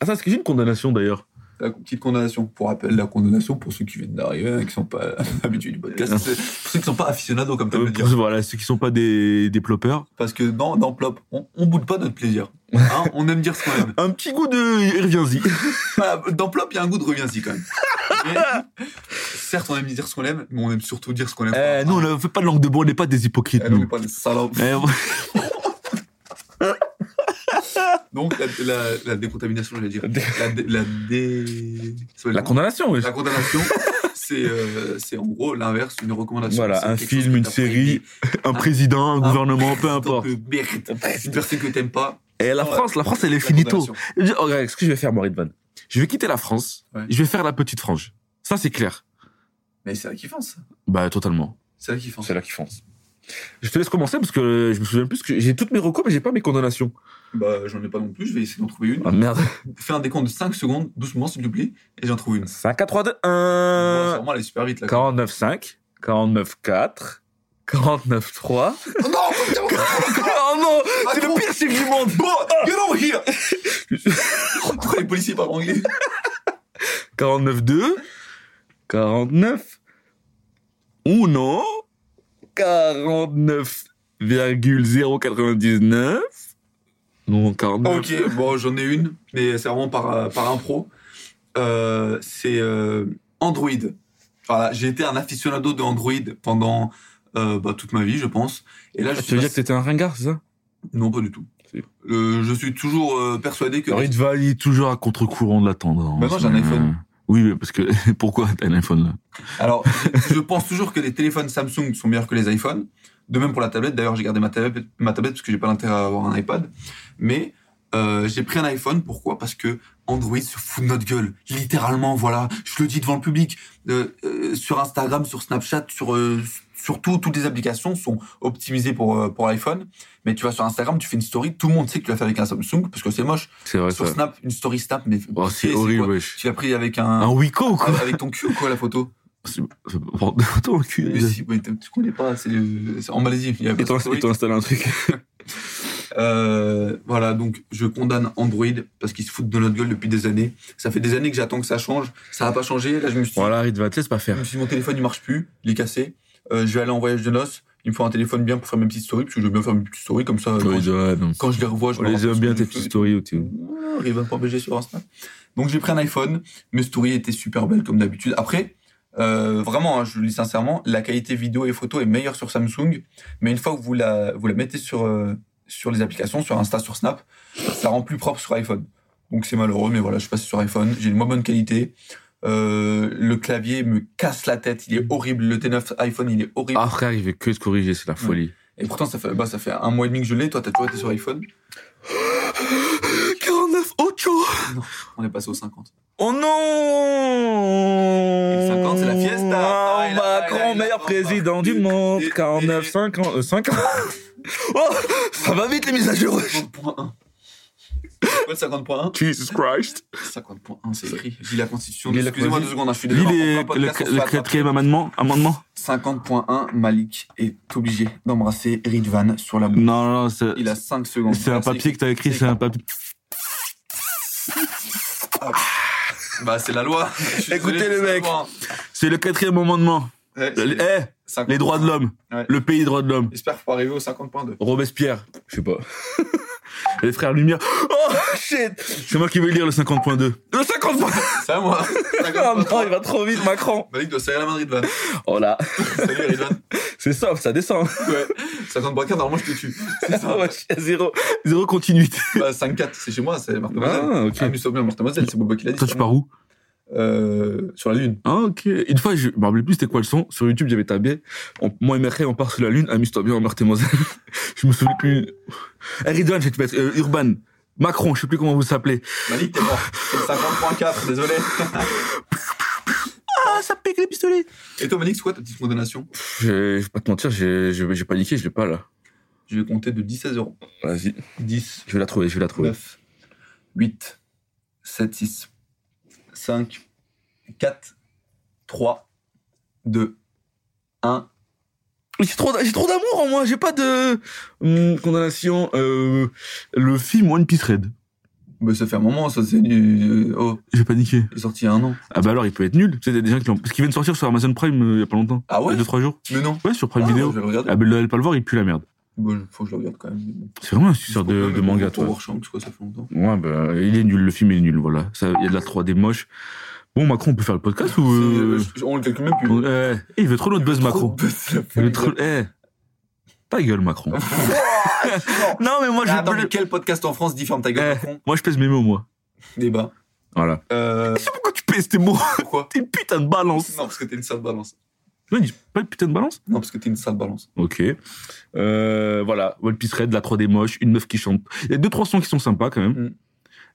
Ah, ça, est-ce que j'ai une condamnation d'ailleurs
La petite condamnation. Pour rappel, la condamnation pour ceux qui viennent d'arriver, hein, qui sont pas habitués du podcast,
Non.
c'est pour ceux qui sont pas aficionados comme tu
Euh,
le
pour
dire.
ceux- Voilà, ceux qui sont pas des, des ploppers.
Parce que dans, dans Plop, on, on boude pas notre plaisir. Hein, on aime dire ce qu'on aime.
Un petit goût de. Reviens-y.
Voilà, dans Plop, il y a un goût de reviens-y quand même. Mais, certes, on aime dire ce qu'on aime, mais on aime surtout dire ce qu'on aime.
eh, nous, on ne fait pas de langue de bois, on n'est pas des hypocrites.
Eh, non, mais
nous.
pas des salopes.
Eh, on-
Donc, la, la, la décontamination, j'allais dire. La, dé- la, dé... ça s'appelle
la
comment
condamnation, oui.
La condamnation, c'est euh, c'est en gros l'inverse, une recommandation.
Voilà,
C'est
un
quelque chose
film,
que
une
t'as
série, un président, un
Ah.
gouvernement, peu
pas aimé,
importe.
donc, euh, merde. Une personne que t'aimes pas.
Et la
Ouais.
France, la France, elle est
la
finito.
condamnation.
Je dis, oh, regarde, ce que je vais faire, Maureen Van. Je vais quitter la France,
Ouais.
je vais faire la petite frange. Ça, c'est clair.
Mais c'est la kiffance. ça.
Bah, totalement.
C'est la kiffance.
là qu'ils foncent. Je te laisse commencer parce que je me souviens plus que j'ai toutes mes recos, mais j'ai pas mes condamnations.
Bah, j'en ai pas non plus, je vais essayer d'en trouver une.
Ah merde.
Fais un décompte de 5 secondes, doucement s'il te plaît, et j'en trouve une.
5 à 3, 2,
Bon,
1.
sûrement, elle est super vite là.
49, 5. 49, 4. 49, 3.
Oh non
Oh non C'est le
Macron.
pire chiffre du monde
Ah,
Ah.
Bon, get over here Pourquoi les policiers parlent anglais
49, 2. 49. 1. 49,099. Non, 49.
Ok, bon, j'en ai une, mais c'est vraiment par, euh, par impro. Euh, c'est euh, Android. Voilà, j'ai été un aficionado de Android pendant euh, bah, toute ma vie, je pense. Et là, je
Ah, Tu
suis
veux dire que
passé-
t'étais un ringard, c'est ça
Non, pas du tout.
Si.
Euh, je suis toujours euh, persuadé que...
Alors, il te valide toujours à contre-courant de la tendance.
Bah non, j'ai un iPhone.
Oui, mais parce que pourquoi t'as un iPhone là
Alors, je- je pense toujours que les téléphones Samsung sont meilleurs que les iPhones. De même pour la tablette. D'ailleurs, j'ai gardé ma tablette, ma tablette parce que j'ai pas l'intérêt à avoir un iPad. Mais euh, j'ai pris un iPhone. Pourquoi Parce que Android se fout de notre gueule. Littéralement, voilà. Je le dis devant le public. Euh, euh, sur Instagram, sur Snapchat, sur euh, sur tout, toutes les applications sont optimisées pour euh, pour l'iPhone. Mais tu vas sur Instagram, tu fais une story, tout le monde sait que tu l'as fait avec un Samsung parce que c'est moche.
C'est vrai,
sur
ça.
Snap, une story Snap, mais
Oh,
Et
c'est
c'est Ah,
horrible,
quoi
wesh.
tu l'as pris avec un
Un Wico, quoi.
avec ton cul ou quoi la photo
C'est- ça peut prendre deux photos, le cul.
Mais si, mais tu connais pas, c'est le- c'est en Malaisie. Il y a pas
Ils
de
t'ont
story.
ils t'ont installé un truc.
Euh, voilà, donc je condamne Android parce qu'ils se foutent de notre gueule depuis des années. Ça fait des années que j'attends que ça change. Ça n'a pas changé. Là, je me suis dit,
Voilà, il va te laisse pas faire.
je me suis dit, mon téléphone, il marche plus. Il est cassé. Euh, je vais aller en voyage de noces. Il me faut un téléphone bien pour faire mes petites stories parce que je veux bien faire mes petites stories comme ça.
Ouais,
quand, je,
ouais, non.
quand je les revois, je
On
me
les
rappelle
aime
ce
bien,
que
tes
j'ai
petites
fait.
stories. où tu-
Ah, Riven pour BG sur Insta. Donc j'ai pris un iPhone, mes stories étaient super belles comme d'habitude. Après, euh, vraiment, hein, je le dis sincèrement, la qualité vidéo et photo est meilleure sur Samsung, mais une fois que vous la, vous la mettez sur, euh, sur les applications, sur Insta, sur Snap, ça rend plus propre sur iPhone. Donc c'est malheureux, mais voilà, je passe sur iPhone, j'ai une moins bonne qualité. Euh, le clavier me casse la tête, il est horrible. Le T9 iPhone, il est horrible.
Ah, frère, il veut que te corriger, c'est la folie.
Et pourtant, ça fait, bah, ça fait un mois et demi que je l'ai. Toi, t'as toujours été sur iPhone.
49 Ocho
On est passé aux 50.
Oh non
Et 50, c'est la fiesta.
Oh,
Ah, il a- il a- il
Macron,
a-
meilleur président du monde
Et- et-
49, 50... euh, 50 Oh Ça va vite, les mises à jour
50.1. Ouais, 50.1
Jesus Christ
50.1, c'est écrit. J'ai la constitution.
Lis la
Excusez-moi deux
constitution.
secondes, hein, je suis
Lis
désolé.
les-
en plein podcast, on se
le
fait
le
attraper.
quatrième amendement, amendement
50.1, Malik est obligé d'embrasser Ridvan sur la bouche.
Non, non, c'est
Il a 5 secondes.
c'est un
Merci.
papier que t'as écrit, c'est un papier...
Bah, c'est la loi. Je suis
Écoutez
désolé,
le
c'est la
mec.
loi.
C'est le quatrième amendement.
Ouais, c'est
Eh, les
50.1.
droits de l'homme.
Ouais.
Le pays des droits de l'homme.
J'espère faut arriver au 50.2.
Robespierre, je sais pas. Les frères Lumière. Oh shit C'est moi qui vais lire le 50.2. Le 50.2
C'est à moi.
Oh
50.3.
non, il va trop vite, Macron
Malik doit serrer la main de Ridvan.
Oh là,
Salut Ridvan.
c'est soft, ça descend. Oh,
Ouais. 50.4, normalement je te tue. C'est ça.
Ouais, je suis à zéro, zéro continuité.
Bah, 5.4, c'est chez moi, c'est Marthe-Moselle.
Ah, ok.
Ah, nous sommes bien Marthe-Moselle, c'est Bobo qui l'a dit. hein.
Toi, tu pars où
Euh, Sur la Lune.
Ah, ok. Une fois, je me rappelais plus c'était quoi le son. Sur YouTube, j'avais tabé. On- moi et Merkel, on part sur la Lune. Amuse-toi bien, Marthe et Moselle. je me souviens plus. Eh, Ridwan, je sais que tu vas être euh, Urban. Macron, je sais plus comment vous s'appelez.
Malik, t'es mort. C'est le 50.4, désolé.
Ah, ça pique les pistolets.
Et toi, Malik, c'est quoi ta petite condamnation
Pff, Je je vais pas te mentir, j'ai j'ai- j'ai paniqué, je l'ai pas là.
Je vais compter de 10 à 0.
Vas-y.
10,
Je vais la trouver, je vais la trouver.
9, 8, 7, 6, 5, 4, 3, 2, 1.
J'ai trop, d'a- j'ai trop d'amour en moi, j'ai pas de hum, condamnation. Euh, le film One Piece Red,
Mais Bah, ça fait un moment, ça c'est du. Oh,
j'ai paniqué.
il est sorti il y a un an.
Ah bah alors il peut être nul. Tu sais, il y a des gens qui l'ont. Parce qu'il vient de sortir sur Amazon Prime euh, il y a pas longtemps.
Ah
Il y
ouais
a deux, trois jours.
Mais non.
Ouais, sur Prime
Ah,
Vidéo.
Je vais le regarder.
Ah bah n'allez pas le voir, il pue la merde.
Bon, faut que je le regarde quand même.
C'est vraiment un suceur de, de manga,
toi.
toi.
Warshanks, quoi, ça fait longtemps.
Ouais, bah il est nul, le film est nul, voilà. Ça, Il y a de la 3D moche. Bon, Macron, on peut faire le podcast ou. euh,
C'est- je- On le calcule même plus.
on- euh, eh, il veut trop notre buzz, Macron.
Trop de buzz, la
Il
folie.
veut trop. Eh, ta gueule, Macron. non, mais moi, je.
Attends, mais quel podcast en France dit ferme ta gueule, con
Moi, je pèse mes mots, moi.
Débat.
Voilà.
Euh,
Je sais pourquoi tu pèses tes mots.
pourquoi
T'es une putain de balance.
Non, parce que t'es une sale balance.
Non, dis pas une putain de balance.
Non, parce que t'es une sale balance.
Ok. Euh, voilà, One Piece Red, la 3D moche, une meuf qui chante. Il y a deux, trois sons qui sont sympas quand même.
Mm.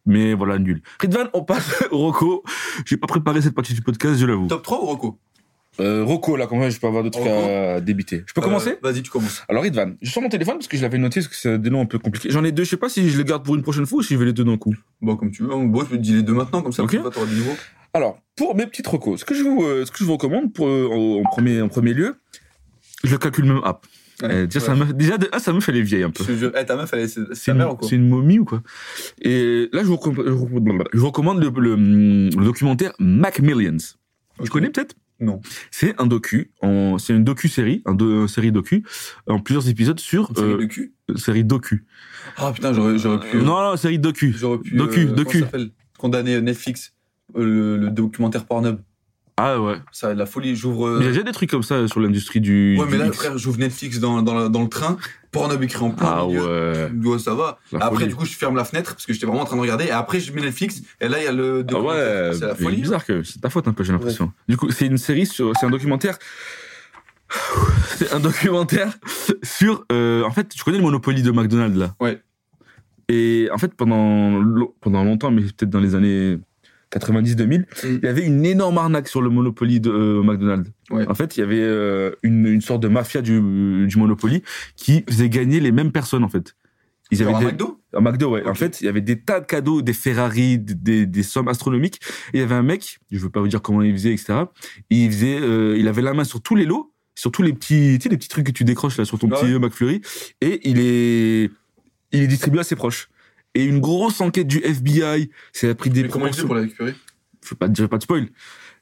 Mais voilà, nul. Ridvan, on passe au Rocco. J'ai pas préparé cette partie du podcast, je l'avoue.
Top 3 ou Rocco
Euh, Rocco, là, comme ça, je peux avoir deux trucs
Rocco.
à débiter. Je peux
Euh,
commencer
Vas-y, tu commences.
Alors, Idvan, je sors mon téléphone parce que je l'avais noté parce que c'est des noms un peu compliqués. J'en ai deux, je sais pas si je les garde pour une prochaine fois ou si je vais les deux d'un coup.
Bon, comme tu veux. hein. Bon, je peux te dis les deux maintenant, comme ça,
Ok. Eh,
tu vas t'auras des nouveaux.
Alors, pour mes petites recos, ce que je vous, euh, ce que je vous recommande pour, euh, en, en premier, en premier lieu, je le calcule même app. Euh, déjà, ça me- déjà, de un, ça me fait les vieilles un peu.
Parce que je- eh, ta meuf, elle est, c'est
C'est
sa mère ou
une,
quoi
c'est une momie ou quoi Et là, je vous, recomm- je vous- je vous recommande le, le- le documentaire Mac Millions.
Ok.
Tu connais peut-être
Non.
C'est un docu, en- c'est une docu-série, un do- une série docu, en plusieurs épisodes sur
Une série
euh,
de cul
série docu.
Ah putain, j'aurais j'aurais pu.
non, non, série docu.
J'aurais pu. euh,
Docu,
comment
docu.
ça s'appelle Condamner Netflix, euh, le, le documentaire Pornhub.
Ah ouais.
Ça a de la folie. J'ouvre.
Il y a
euh,
déjà des trucs comme ça sur l'industrie du.
Ouais,
du
mais là,
X.
frère, j'ouvre Netflix dans, dans, la- dans le train. Pornhub écrit en plein.
Ah
milieu.
ouais.
Ouais, ça va.
La
après,
folie.
du coup, je ferme la fenêtre parce que j'étais vraiment en train de regarder. Et après, je mets Netflix. Et là, il y a le.
Ah
euh, documentaire.
ouais,
c'est la
c'est
folie. hein.
bizarre que c'est ta faute un peu, j'ai l'impression. Du coup, c'est une série sur, c'est un documentaire. C'est un documentaire sur, euh, en fait, tu connais le Monopoly de McDonald's là.
Ouais.
Et en fait, pendant lo- pendant longtemps, mais peut-être dans les années 90-2000,
Mm.
il y avait une énorme arnaque sur le Monopoly de euh, McDonald's.
Ouais.
En fait, il y avait euh, une, une sorte de mafia du, du Monopoly qui faisait gagner les mêmes personnes en fait. Ils
Genre
avaient
un
des-
McDo
un McDo, ouais.
Ok.
En fait, il y avait des tas de cadeaux, des Ferrari, des, des- des sommes astronomiques. Et il y avait un mec, je veux pas vous dire comment il faisait, etc. Et il faisait, euh, il avait la main sur tous les lots, sur tous les petits, tu sais, les petits trucs que tu décroches là sur ton
Ah
petit
ouais.
euh, McFlurry. Et il est, il est distribué à ses proches. Et une grosse enquête du FBI, ça a pris des
Mais comment il fait
proportions-
pour la récupérer
je vais pas te dire pas de spoil.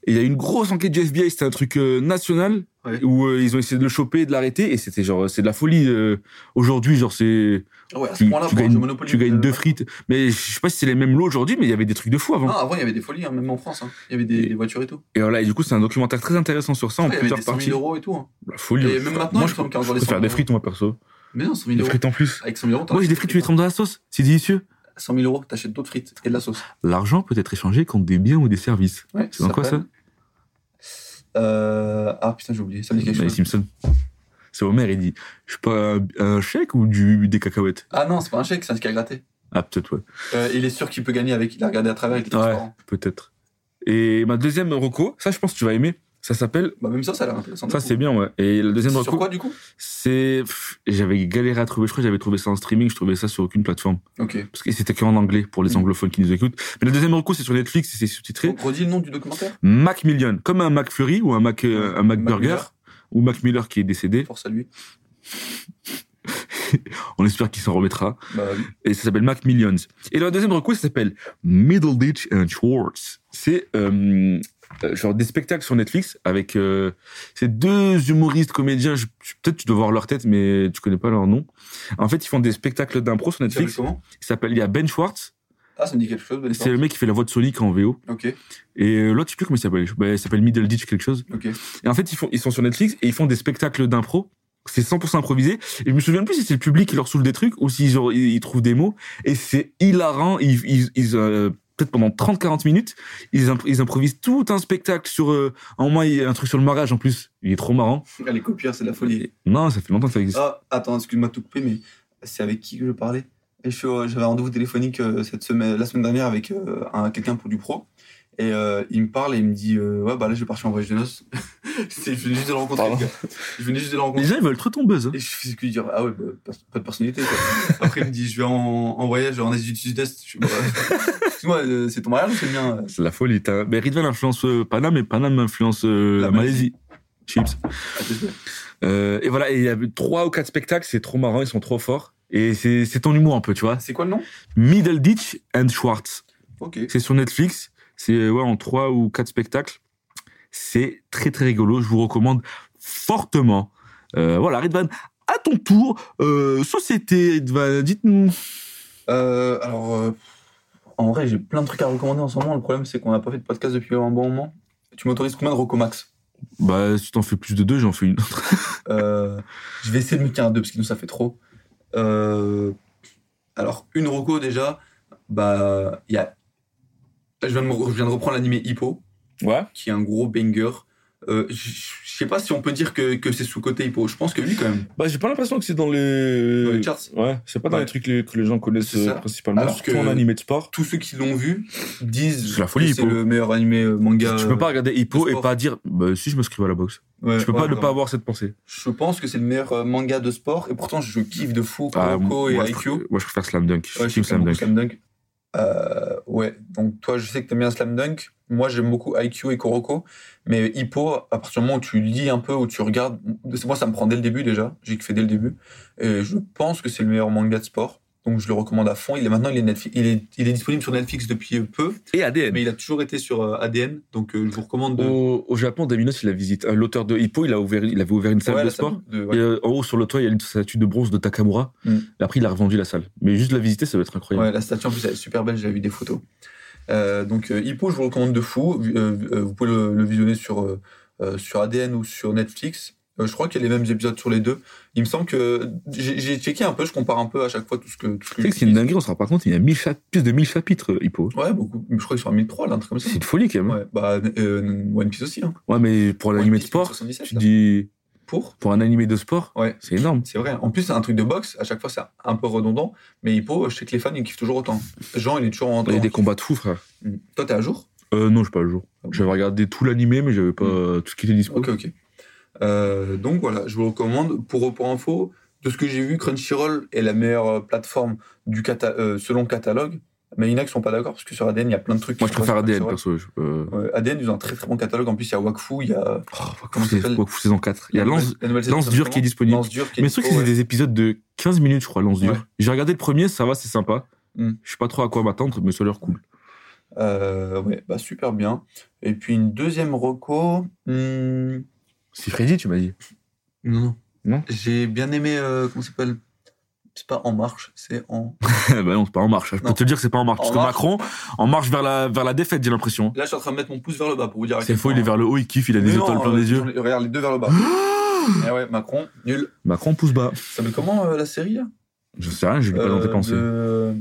Et il y a une grosse enquête du FBI, c'était un truc euh, national
Ouais.
où euh, ils ont essayé de le choper, de l'arrêter et c'était genre c'est de la folie euh, aujourd'hui genre c'est
Ah ouais, à ce
tu,
point-là,
tu
pour
gagnes,
le Monopoly.
tu gagnes
euh,
deux frites. Mais je sais pas si c'est les mêmes lots aujourd'hui, mais il y avait des trucs de fou avant.
Non, avant, il y avait des folies, hein, même en France. hein. Il y avait des, des voitures et tout.
Et voilà, et du coup, c'est un documentaire très intéressant sur ça en
Ouais, il y avait
plusieurs
des 100
parties.
000 euros et tout. hein.
La folie.
Et
ouais.
même
Putain,
maintenant,
moi,
il
je
me semble qu'il y a encore
peux
des
faire
100
des
000
frites, moi, perso.
Mais non, 100 000
Des
euros.
frites en plus.
Avec 100 000 euros, t'en
Moi, j'ai des
achètes
frites, tu les trempes dans la sauce. C'est délicieux.
hein. 100 000 euros, t'achètes d'autres frites et de la sauce.
L'argent peut être échangé contre des biens ou des services.
Ouais,
C'est dans quoi ça
s'appelle- Euh, Ah putain, j'ai oublié, ça me dit quelque
Les
chose.
Simpsons. C'est Homer, il dit Je sais pas, un- un chèque ou du, des cacahuètes
Ah non, c'est pas un chèque, c'est un chèque à gratter.
Ah, peut-être, ouais.
Euh, il est sûr qu'il peut gagner avec. Il a regardé à travers avec les
Ouais.
transparents.
Peut-être. Et ma deuxième reco, ça, je pense que tu vas aimer. Ça s'appelle.
Bah, même ça, ça a l'air intéressant.
Ça, c'est bien, ouais. Et la deuxième
Sur
reco.
quoi du coup
C'est. pff, J'avais galéré à trouver. Je crois que j'avais trouvé ça en streaming. Je trouvais ça sur aucune plateforme.
Ok.
Parce que c'était qu'en anglais pour les
Mm. Oh.
anglophones qui nous écoutent. Mais le deuxième recours, c'est sur Netflix et c'est sous-titré.
Redis le nom du documentaire
Mac Million. Comme un Mac Flurry ou un Mac, euh, un Mac
Mac
Burger.
Miller.
Ou Mac Miller qui est décédé.
Force à lui.
On espère qu'il s'en remettra.
Bah, oui.
Et ça s'appelle Mac Millions. Et le deuxième recours, ça s'appelle Middle Ditch and Schwartz. C'est euh, euh, genre des spectacles sur Netflix avec euh, ces deux humoristes comédiens. Je- je- Peut-être tu dois voir leur tête, mais tu connais pas leur nom. En fait, ils font des spectacles d'impro sur
Il s'appelle
Netflix.
comment
Il s'appelle, il y a Ben Schwartz.
Ah, ça me dit quelque chose. bonne
C'est le mec qui fait la voix de Sonic en VO.
histoire. Ok,
Et euh, l'autre, je sais plus comment il s'appelle. Bah, il s'appelle Middle Ditch quelque chose.
ok.
Et en fait, ils, font, ils sont sur Netflix et ils font des spectacles d'impro. C'est 100% improvisé. Et je me souviens plus si c'est le public qui leur souffle des trucs ou si genre, ils, ils trouvent des mots. Et c'est hilarant. Ils, ils, ils, euh, peut-être pendant 30-40 minutes, ils, imp- ils improvisent tout un spectacle sur... euh, en moins, il y a un truc sur le mariage en plus. Il est trop marrant.
Ah, les copieurs, c'est de la folie.
Et- Non, ça fait longtemps que ça existe.
Ah, attends, excuse-moi de tout couper, mais c'est avec qui que je parlais Et je suis au- J'avais un rendez-vous téléphonique euh, cette semaine, la semaine dernière avec euh, un- quelqu'un pour du pro. Et euh, il me parle et il me dit euh, Ouais, bah là, je vais partir en voyage de noces. C'est- je venais juste de le rencontrer.
Pardon.
le gars. Je venais juste de le
Les
rencontrer.
gens, ils veulent trop ton buzz. hein.
Et je fais que lui dire Ah ouais, bah, pas, pas de personnalité. quoi. Après, il me dit Je vais en, en voyage en Asie du Sud-Est. Je suis, bah, Excuse-moi, euh, c'est ton mariage ou c'est le mien euh
C'est la folie. t'as- Ben, Ridvan influence euh, Paname et Paname influence euh,
La
la Malaisie. Chips.
Ah, désolé.
Euh, et voilà, et il y a trois ou quatre spectacles, c'est trop marrant, ils sont trop forts. Et c'est c'est ton humour un peu, tu vois.
C'est quoi le nom
Middle Ditch and Schwartz.
Ok.
C'est sur Netflix. C'est euh, ouais, en trois ou quatre spectacles. C'est très très rigolo. Je vous recommande fortement. Euh, voilà, Ridvan, à ton tour. Euh, société, Ridvan, dites-nous.
Euh, alors, euh, en vrai, j'ai plein de trucs à recommander en ce moment. Le problème, c'est qu'on n'a pas fait de podcast depuis un bon moment. Tu m'autorises combien de recomax
Bah, si t'en fais plus de deux, j'en fais une autre.
euh, Je vais essayer de me tenir à deux parce que nous, ça fait trop. Euh, alors, une reco déjà, bah, il y a. Je viens, de me- je viens de reprendre l'animé Hippo,
Ouais.
qui est un gros banger. euh, je je sais pas si on peut dire que, que c'est sous-côté hippo. Je pense que oui, quand même.
Bah, j'ai pas l'impression que c'est dans les.
Dans les charts.
Ouais, c'est pas dans
Ouais.
les trucs les- que les gens connaissent
C'est ça.
euh, principalement,
Alors
surtout
que-
en animé de sport.
Tous ceux qui l'ont vu disent
C'est la folie,
que c'est
Hippo.
le meilleur animé euh, manga.
tu peux pas regarder Hippo et
le sport.
pas dire bah, si je m'inscrivais à la boxe.
Ouais,
tu peux
ouais,
pas ne
vraiment.
pas avoir cette pensée.
Je pense que c'est le meilleur euh, manga de sport et pourtant je kiffe de fou
Ah,
Kuroko et
moi, je
Haikyuu.
préfère- moi, je préfère Slam Dunk. Je
Ouais,
kiffe Slam
beaucoup
Dunk.
Slam Dunk. Euh, ouais, donc toi, je sais que t'aimes bien Slam Dunk. Moi, j'aime beaucoup IQ et Kuroko. Mais Hippo, à partir du moment où tu lis un peu, où tu regardes, moi, ça me prend dès le début déjà. J'ai kiffé dès le début. Et je pense que c'est le meilleur manga de sport. Donc, je le recommande à fond. Il est maintenant, il est, Netflix, il est, il est disponible sur Netflix depuis peu,
Et ADN.
mais il a toujours été sur euh, ADN. Donc, euh, je vous recommande de.
Au, au Japon, Daminos, il la visite. Euh, L'auteur de Hippo, il, a ouvert, il avait ouvert une salle
Ouais,
de
la salle
sport.
de-
Et,
ouais.
euh, en haut, sur le toit, il y a une statue de bronze de Takamura.
Mm.
Et après, il a revendu la salle. Mais juste la visiter, ça va être incroyable.
Ouais, la statue en plus elle est super belle, j'ai vu des photos. Euh, donc euh, Hippo, je vous recommande de fou. Euh, euh, vous pouvez le, le visionner sur, euh, euh, sur ADN ou sur Netflix. Euh, je crois qu'il y a les mêmes épisodes sur les deux. Il me semble que j'ai j'ai checké un peu, je compare un peu à chaque fois tout ce que. Tout ce que
Tu sais que c'est une dinguerie, on se rend pas compte, il y a 1000 chap- plus de 1000 chapitres, euh, Hippo.
Ouais, beaucoup. Je crois qu'ils sont à 1003 là, un truc comme ça.
C'est une folie quand même.
Ouais, bah euh, One Piece aussi. Hein.
Ouais, mais pour un
One
animé de
Piece,
sport,
77,
tu
là.
dis.
Pour
Pour un animé de sport,
Ouais.
c'est énorme.
C'est vrai. En plus, c'est un truc de boxe. À chaque fois, c'est un peu redondant. Mais Hippo, je sais que les fans, ils kiffent toujours autant. Jean, il est toujours en
Il y a des combats de fou, frère.
Mm. Toi, t'es à jour
Euh, non, je pas le jour. J'avais regardé tout l'animé, mais j'avais pas euh, tout ce qui était dispo.
Mm. Ok, ok. Euh, donc voilà, je vous recommande. Pour, pour info, de ce que j'ai vu, Crunchyroll est la meilleure euh, plateforme du cata- euh, selon catalogue. Mais il y en a qui sont pas d'accord parce que sur ADN, il y a plein de trucs. qui
Moi, je
sont pas
préfère
sur
ADN,
Crunchyroll.
perso. je- euh,
Ouais, ADN, ils ont un très très bon catalogue. En plus, il y a Wakfu, il y a.
Wakfu, c'est-
s'appelle
Wakfu saison 4. Il y a Lance,
la nouvelle saison
Lance Dur qui est disponible.
Lance Dur qui est
Mais le truc, c'est
dispo, ouais.
des épisodes de 15 minutes, je crois, Lance dur.
Ouais.
J'ai regardé le premier, ça va, c'est sympa.
Mm.
Je sais pas trop à quoi m'attendre, mais ça a l'air cool.
Euh, ouais, bah, super bien. Et puis une deuxième reco. hmm,
C'est Freddy, tu m'as dit.
Non.
Non.
J'ai bien aimé. euh, comment ça s'appelle C'est pas En Marche, c'est En.
bah non, c'est pas en marche. Je peux
Non.
te dire que c'est pas en marche.
En
parce
marche.
que Macron, en marche vers la, vers la défaite, j'ai l'impression.
Là, je suis en train de mettre mon pouce vers le bas pour vous dire. à
C'est
quel
faux,
point-
il est vers le haut, il kiffe, il a
Ah, Mais
des
non,
étoiles plein
euh,
les yeux.
j'en ai- Regarde les deux vers le bas. eh ouais, Macron, nul.
Macron pousse bas.
Ça s'appelle comment euh, la série là
Je sais rien, je l'ai pas dans tes
Euh,
pensées.
de-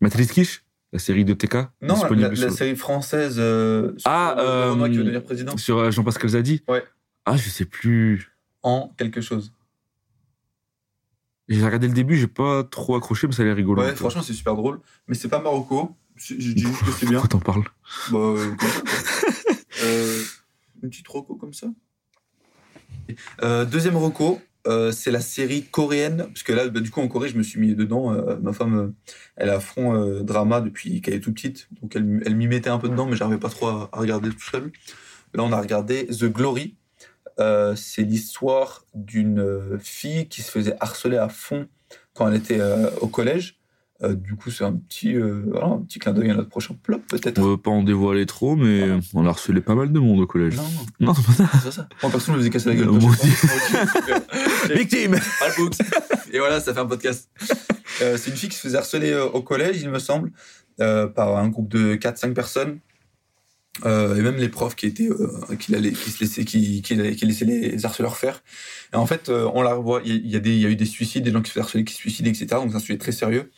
Matrice Quiche La série de TK
Non, la- la,
disponible
la
sur,
série française. euh, sur
Ah,
le
euh,
Renoir qui veut devenir président.
sur, euh, Jean-Pascal Zadi
Ouais.
Ah, je sais plus.
En quelque chose.
J'ai regardé le début, j'ai pas trop accroché, mais ça a l'air rigolo.
Ouais, franchement, c'est super drôle. Mais c'est pas Marocco. Je, je dis juste que c'est bien.
Pourquoi t'en parles
Bah, euh, comme ça, quoi. Euh, une petite reco comme ça. Euh, deuxième reco, euh, c'est la série coréenne. Parce que là, bah, du coup, en Corée, je me suis mis dedans. Euh, ma femme, euh, elle a front euh, drama depuis qu'elle est toute petite. Donc, elle, m- elle m'y mettait un peu dedans, mais j'arrivais pas trop à, à regarder tout seul. Là, on a regardé The Glory. Euh, c'est l'histoire d'une euh, fille qui se faisait harceler à fond quand elle était euh, au collège. Euh, du coup, c'est un petit, euh, voilà, un petit clin d'œil à notre prochain plop, peut-être.
On veut pas en dévoiler trop, mais
Voilà.
on a harcelé pas mal de monde au collège.
Non, non.
Non, c'est pas ça.
C'est ça. Moi, personne ne me faisait casser la gueule.
Moi
Toi,
aussi.
je- Ok, super.
Victime
Ah, le books. Et voilà, ça fait un podcast. Euh, c'est une fille qui se faisait harceler euh, au collège, il me semble, euh, par un groupe de 4-5 personnes. Euh, et même les profs qui étaient euh, qui, la- qui se laissaient qui, qui- qui laissaient les harceleurs faire et en fait euh, on la revoit il y, a- il y a des il y a eu des suicides des gens qui se faisaient harceler qui se suicident etc donc c'est un sujet très sérieux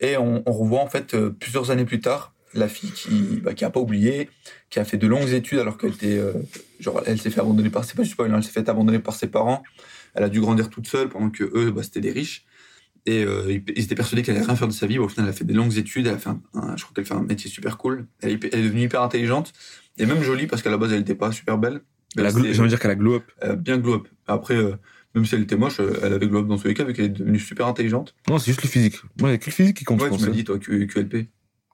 et on, on revoit en fait euh, plusieurs années plus tard la fille qui bah, qui a pas oublié qui a fait de longues études alors qu'elle était euh, genre elle s'est fait abandonner par c'est pas du spoil hein, elle s'est fait abandonner par ses parents elle a dû grandir toute seule pendant que eux, bah, c'était des riches. Et euh, ils ils étaient persuadés qu'elle allait rien faire de sa vie. Bah, au final, elle a fait des longues études. Elle a fait un, un- je crois qu'elle fait un métier super cool. Elle est, hyper- elle est devenue hyper intelligente et même jolie parce qu'à la base, elle n'était pas super belle. Mais
Elle a
c'était,
Bah, glo- J'ai envie de dire qu'elle a glow up.
euh, bien glow up. Après, euh, même si elle était moche, euh, elle avait glow up dans tous les cas vu qu'elle est devenue super intelligente.
Non, c'est juste le physique. Moi, il n'y a que le physique qui compte,
Ouais,
je
tu
pense. hein.
m'as dit, toi, Q- QLP.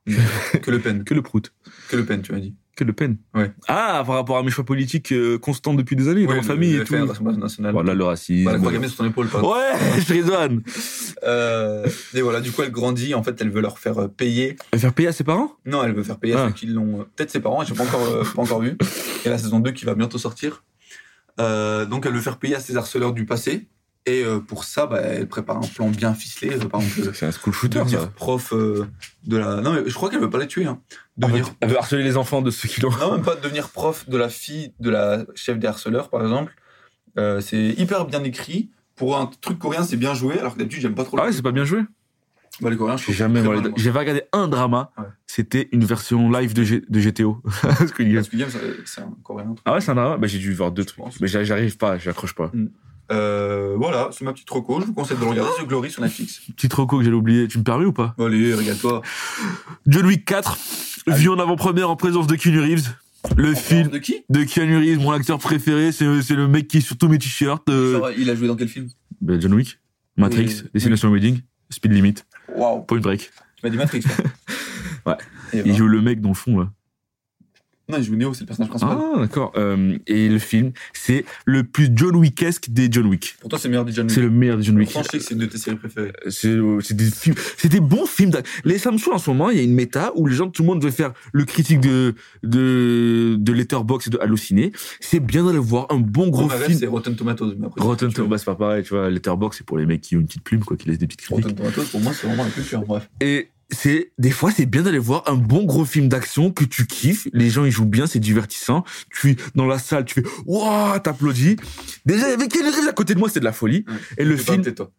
que Le Pen.
Que le prout.
Que Le Pen, tu m'as dit.
Que le peine.
Ouais.
Ah, par rapport à mes choix politiques euh, constants depuis des années, dans
Ouais,
ma famille
le
et tout.
FN, Rassemblement National.
Voilà, le racisme.
Bah, la croix gammée sur ton épaule,
Oh.
pardon.
ouais, je raisonne.
Euh, et voilà, du coup, elle grandit. En fait, elle veut leur faire euh, payer
Elle va faire payer à ses parents
Non, elle veut faire payer à
Ah.
ceux qui l'ont. euh, Peut-être ses parents, j'ai pas encore, euh, pas encore vu. Et la saison 2 qui va bientôt sortir. Euh, donc elle veut faire payer à ses harceleurs du passé. Et euh, pour ça, bah, elle prépare un plan bien ficelé. Euh, par exemple, euh,
C'est un school shooter,
devenir
ça. Ah,
prof euh, de la. Non, mais je crois qu'elle veut pas les tuer. Hein.
Elle veut-
Devenir.
Elle veut harceler les enfants de ceux qui l'ont.
Non, même pas devenir prof de la fille de la chef des harceleurs, par exemple. Euh, c'est hyper bien écrit. Pour un truc coréen, c'est bien joué. Alors que d'habitude, j'aime pas trop.
Ah
le
ouais, c'est pas bien joué
Bah, les Coréens, je
J'ai
suis
jamais
très
regardé-
mal, moi.
J'avais regardé un drama.
Ouais.
C'était une version live de, G- de GTO. Parce qu'il y a-
Parce que Guillaume, c'est- c'est un Coréen.
ah ouais, c'est un drama Bah, j'ai dû voir deux trucs.
pense.
Mais j'a- j'arrive pas, j'accroche pas.
Euh, voilà, c'est ma petite reco. Je vous conseille de le regarder The Glory sur Netflix.
Petit troco que j'allais oublier. Tu me permets ou pas
Allez, regarde-toi.
John Wick 4, vu en avant-première en présence de Keanu Reeves. Le film
De qui
de Keanu Reeves, mon acteur préféré, c'est c'est le mec qui est sur tous mes t-shirts. euh,
Genre, Il a joué dans quel film
bah, John Wick, Matrix,
Oui.
Destination Wedding, Speed Limit,
Waouh.
Point Break.
Tu m'as dit Matrix. toi.
Ouais.
Et
Il
voilà.
joue le mec dans le fond là.
Non, il joue Neo, c'est le personnage principal.
Ah d'accord. Euh, et le film, c'est le plus John Wickesque des John Wick.
Pour toi, c'est le meilleur du John
C'est
Wick.
le meilleur des John Wick.
Pourtant, je sais que c'est une de tes séries préférées.
c'est euh, c'est des films c'est des bons films d'ac- les Samsung en ce moment il y a une méta où les gens tout le monde veut faire le critique de de de Letterbox et de Halluciné c'est bien d'aller voir un bon gros
Moi, ma rêve, c'est
film
Rotten Tomatoes. mais après,
Rotten
c'est ce que tu veux.
Tomatoes bah, c'est pas pareil tu vois Letterbox c'est pour les mecs qui ont une petite plume quoi qui laissent des petites critiques
Rotten Tomatoes, pour moi, c'est vraiment la culture. Bref.
et c'est des fois c'est bien d'aller voir un bon gros film d'action que tu kiffes les gens ils jouent bien c'est divertissant tu dans la salle tu fais waouh t'applaudis déjà avec Keanu Reeves à côté de moi c'est de la folie
Ouais.
et le
Il est pas à
film
côté de toi.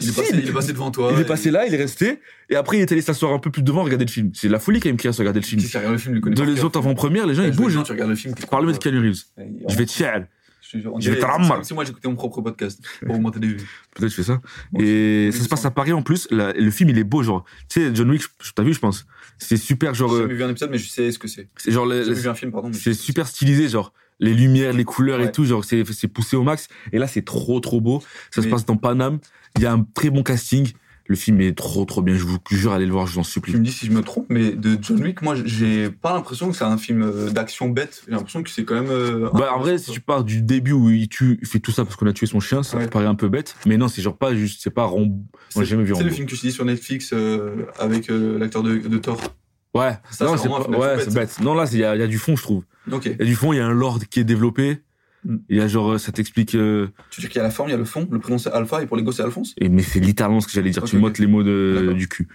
Il est
Si,
passé-
il-
il est passé devant toi.
il
et-
est passé là, il est resté, et après il est allé s'asseoir un peu plus devant, regarder le film. C'est la folie quand même qui reste à regarder le film.
Qui sait regarder le film, il le connaît
De
par
les
cœur.
autres avant-premières, les gens
Ouais,
ils
je veux
bougent.
dire,
hein.
Tu regardes le film. t'es
Parle-moi de
content.
Keanu Reeves.
Et-
Je vais te chialer.
Je te jure, on
je vais
dirait-
te
c'est
ramener.
comme si moi j'écoutais mon propre podcast pour augmenter les vues.
Peut-être je fais ça.
Bon,
Et ça
oui,
se passe
ça.
à Paris en plus. La- le film il est beau, genre. Tu sais, John Wick, je- t'as vu, je pense. C'est super, genre. euh,
J'ai jamais vu un épisode, mais je sais ce que c'est.
c'est genre.
J'ai
les-
jamais vu un film, pardon. mais
C'est super stylisé, genre. Les lumières, les couleurs et
Ouais.
tout, genre, c'est c'est poussé au max. Et là, c'est trop, trop beau. Ça se
Mais-
passe dans Paname. Il y a un très bon casting. Le film est trop, trop bien. Je vous jure, allez le voir, je vous en
Tu
supplie.
me dis si je me trompe, mais de John Wick, moi j'ai pas l'impression que c'est un film euh, d'action bête. J'ai l'impression que c'est quand même. euh,
Bah, en vrai, si tu pars du début où il tue, il fait tout ça parce qu'on a tué son chien, ça
Ouais.
te paraît un peu bête. Mais non, c'est genre pas juste, c'est pas Rambo. Moi, j'ai jamais vu
C'est
Rambo.
le film que je dis sur Netflix euh, avec euh, l'acteur de, de Thor.
Ouais,
Ça,
non,
c'est
c'est
vraiment
pas-
un film
ouais,
bête,
c'est
ça.
bête. Non, là, c'est- il y a, il y a du fond, je trouve.
Ok.
Il y a du fond, il y a un lore qui est développé.
Mm.
Il y a genre, euh, ça t'explique. euh,
Tu dis qu'il y a la forme, il y a le fond. Le prénom c'est Alpha et pour les gosses c'est Alphonse.
et- mais c'est littéralement ce que j'allais dire.
Ok,
tu
ok.
mottes les mots de,
D'accord.
du cul.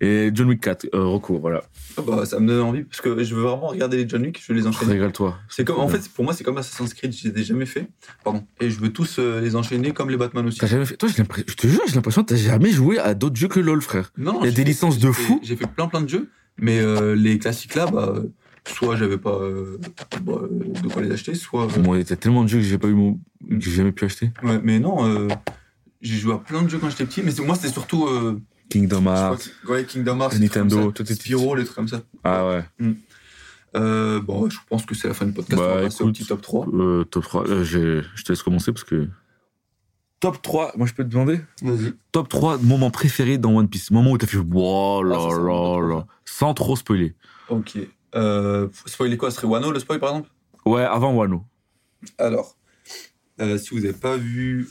Et John Wick 4, euh, Rocco, voilà.
Ah bah, ça me donne envie parce que je veux vraiment regarder les John Wick, je vais les enchaîner.
Régale-toi.
C'est comme, en fait, pour moi, c'est comme Assassin's Creed, je les ai jamais fait. Pardon. Et je veux tous euh, les enchaîner comme les Batman aussi.
T'as jamais fait. Toi, j'ai l'impression- je te jure, j'ai l'impression que t'as jamais joué à d'autres jeux que LOL, frère.
Non,
Il y a
j'ai-
des licences de
j'ai-
fou.
J'ai fait plein plein de jeux, mais euh, les classiques là, bah, euh, soit j'avais pas euh, bah, euh, de quoi les acheter, soit. euh,
Bon, il y a tellement de jeux que j'ai pas eu mon. que j'ai jamais pu acheter.
ouais, mais non, euh, j'ai joué à plein de jeux quand j'étais petit, mais c'est- moi c'était surtout. Euh,
Kingdom
je
Hearts,
crois que- ouais, Kingdom Hearts,
Ah. Nintendo,
tout
tout
ça,
est-
Spyro, les trucs comme ça.
Ah ouais.
Euh, bon, ouais, je pense que c'est la fin du podcast.
Bah,
on va passer au
écoute.
petit top 3.
Euh, top 3, euh, j'ai- je te laisse commencer parce que. Top 3, moi je peux te demander
Vas-y.
Top 3 moments préférés dans One Piece. Moment où t'as fait wow là
Ah, ça, c'est vraiment
là
top
là. Sans trop spoiler.
Ok. Euh, spoiler quoi Ce serait Wano le spoil par exemple
Ouais, avant Wano.
Alors, euh, si vous n'avez pas vu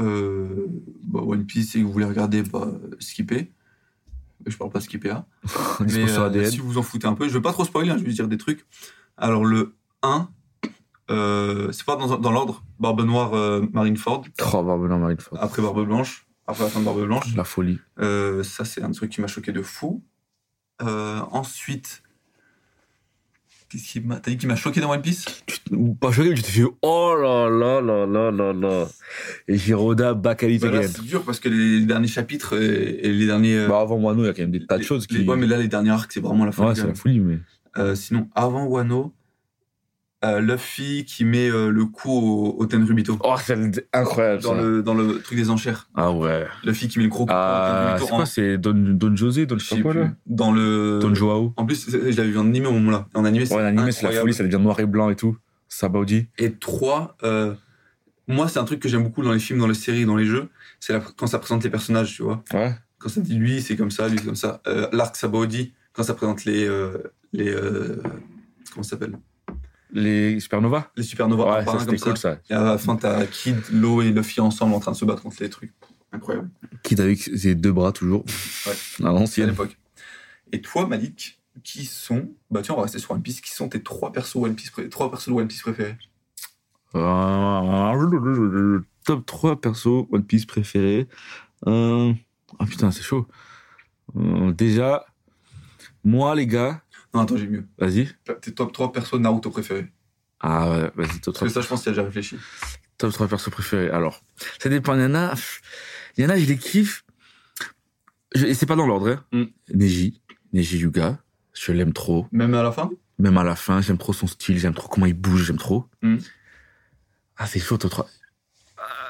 euh, bah, One Piece et que vous voulez regarder, bah, skippez. Je parle pas de skipper. hein. Mais
Dispo sur
euh,
ADN.
si vous vous en foutez un peu, je vais pas trop spoiler, hein, je vais juste dire des trucs. Alors, le 1, euh, c'est pas dans, dans l'ordre Barbe Noire, euh, Marineford,
Oh, Barbe Noire Marineford.
après Barbe Blanche, après la fin de Barbe Blanche.
Ah, La folie.
Euh, ça, c'est un truc qui m'a choqué de fou. Euh, ensuite, qu'est-ce qui m'a. T'as dit qui m'a choqué dans One Piece
Ou Pas choqué, mais je t'ai fait oh là là là là là là. Et Giroda back at it
Bah là,
again.
c'est dur parce que les derniers chapitres et, et les derniers. euh,
Bah, avant Wano, il y a quand même des tas de
les-
choses qui.
les- ouais, mais là, les derniers arcs, c'est vraiment la fin. Euh,
Ouais, c'est la folie, mais.
sinon, avant Wano, euh, Luffy qui met euh, le coup au, au Tenryubito.
Oh, c'est incroyable
dans,
ça.
le, dans le truc des enchères.
Ah ouais.
Luffy qui met le gros coup
Ah,
au
c'est
Tenryubito en-
quoi C'est Don, Don José Don,
je
je sais
sais
pas quoi,
plus.
là
Dans le.
Don Joao
en plus, c'est- je l'avais vu en animé au moment-là. En animé, c'est
Ouais, l'animé, c'est la
incroyable.
folie, ça devient noir et blanc et tout. Sabaudi.
Et trois, euh, moi, c'est un truc que j'aime beaucoup dans les films, dans les séries, dans les jeux. C'est la- quand ça présente les personnages, tu vois.
Ouais.
quand ça dit lui, c'est comme ça, lui, c'est comme ça. Euh, L'arc Sabaody, quand ça présente les. euh, les euh, comment ça s'appelle
Les Supernova
Les supernovas, un
Ouais,
par
ça
un,
c'était
comme
cool
ça.
ça.
Et à la fin, t'as Kid, Lo et Luffy ensemble en train de se battre contre les trucs. Incroyable.
Quitte avec ses deux bras toujours.
Ouais.
À
C'est à
l'ancienne.
l'époque. Et toi, Malik, qui sont. Bah tiens, on va rester sur One Piece. Qui sont tes trois persos One Piece, pré- trois persos de One Piece préférés
Euh, Top 3 perso One Piece préféré. Euh, Ah putain, c'est chaud. Euh, déjà, moi les gars,
Non, attends, j'ai mieux.
vas-y.
Tes top 3 persos de Naruto préférés.
Ah ouais, vas-y, top
Parce
3.
que ça, je pense qu'il y a déjà réfléchi.
Top 3 persos préférés. Alors, ça dépend. Il y en a, pff, il y en a, je les kiffe. je- et c'est pas dans l'ordre, hein.
Mm.
Neji, Neji Yuga, je l'aime trop.
Même à la fin
Même à la fin, j'aime trop son style, j'aime trop comment il bouge, j'aime trop.
Mm.
Ah, c'est chaud, toi, trois.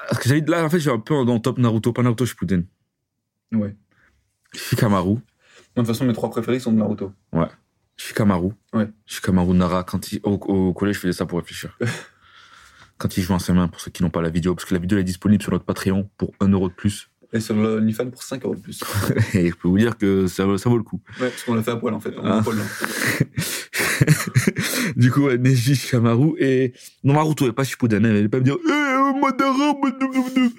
Parce que j'avais là, en fait, j'ai un peu dans le top Naruto, pas Naruto Shippuden.
Ouais.
Shikamaru,
De toute façon, mes trois préférés sont de Naruto.
Shikamaru.
Ouais.
Shikamaru Nara, quand il, au, au collège, je faisais ça pour réfléchir. quand il joue en ses mains, pour ceux qui n'ont pas la vidéo, parce que la vidéo elle est disponible sur notre Patreon pour 1€ euro de plus.
Et sur le OnlyFans pour 5 euros de plus.
et je peux vous dire que ça, vaut- ça vaut le coup.
Ouais, parce qu'on l'a fait à poil en fait. On
Ah.
a poil, hein. là.
du coup, ouais, Neji Shikamaru et non Naruto et pas Shippuden. Elle allait pas me dire eh, euh, Madara, madou, madou, madou.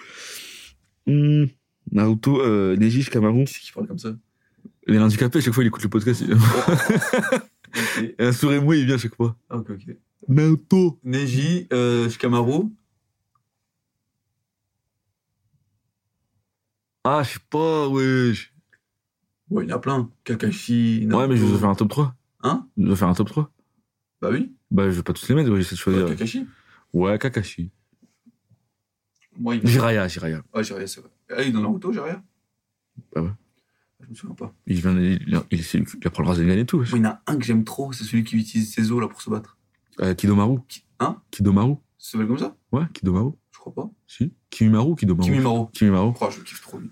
Hmm, Naruto, euh, Neji Shikamaru.
Qui c'est qui parle comme ça
Les handicapés, à chaque fois, il écoute le podcast. il-
Ok.
et un sourire mouillé, il vient à chaque fois.
Ah, Ok, ok.
Naruto.
Neji, euh, Shikamaru.
Ah, je sais pas, wesh.
Ouais, il y en a plein. Kakashi.
Ouais,
Naruto.
mais je vais faire un top 3.
Hein
Je vais faire un top 3.
Bah oui.
Bah, je vais pas tous les mettre, ouais, j'essaie de
Ouais,
choisir.
Kakashi.
Ouais, Kakashi.
Moi, il...
Jiraya, Jiraya.
Ouais, Jiraiya, c'est vrai. Ah, il est dans Naruto, Jiraiya
Ah ouais.
Je me souviens pas.
Il vient, il, il, il, il apprend le Rasengan et tout, wesh.
Moi, il y en a un que j'aime trop, c'est celui qui utilise ses os là pour se battre.
Euh, Kidomaru.
Qui- Hein
Kidomaru.
Ça s'appelle comme ça
Ouais, Kidomaru.
Je crois pas.
Si. Kimimaru, Kidomaru.
Kimimaro.
Kimimaru.
Oh, je le kiffe trop lui.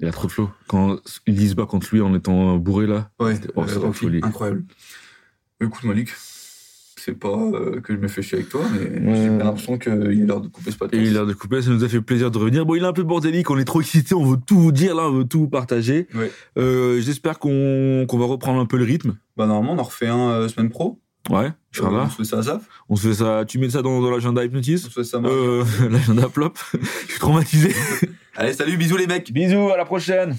Il a trop de flow. Quand il se bat contre lui en étant bourré là.
Ouais,
C'était- oh,
euh,
c'est la
Rocky,
folie.
incroyable. Écoute, Malik, c'est pas euh, que je me fais chier avec toi, mais j'ai
Ouais.
bien l'impression qu'il est l'heure de couper ce
Et
podcast.
il a l'air de couper, ça nous a fait plaisir de revenir. Bon, il est un peu bordélique, on est trop excités, on veut tout vous dire là, on veut tout vous partager.
Ouais.
Euh, J'espère qu'on qu'on va reprendre un peu le rythme.
Bah, normalement, on en refait un euh, semaine pro.
Ouais, je
Euh,
serai là.
on se fait ça à Zaf.
On se fait ça. Tu mets ça dans, dans l'agenda
On
Hypnotis
se fait ça à Marc.
euh, L'agenda Plop. je suis traumatisé.
Allez, salut, bisous les mecs
Bisous, à la prochaine.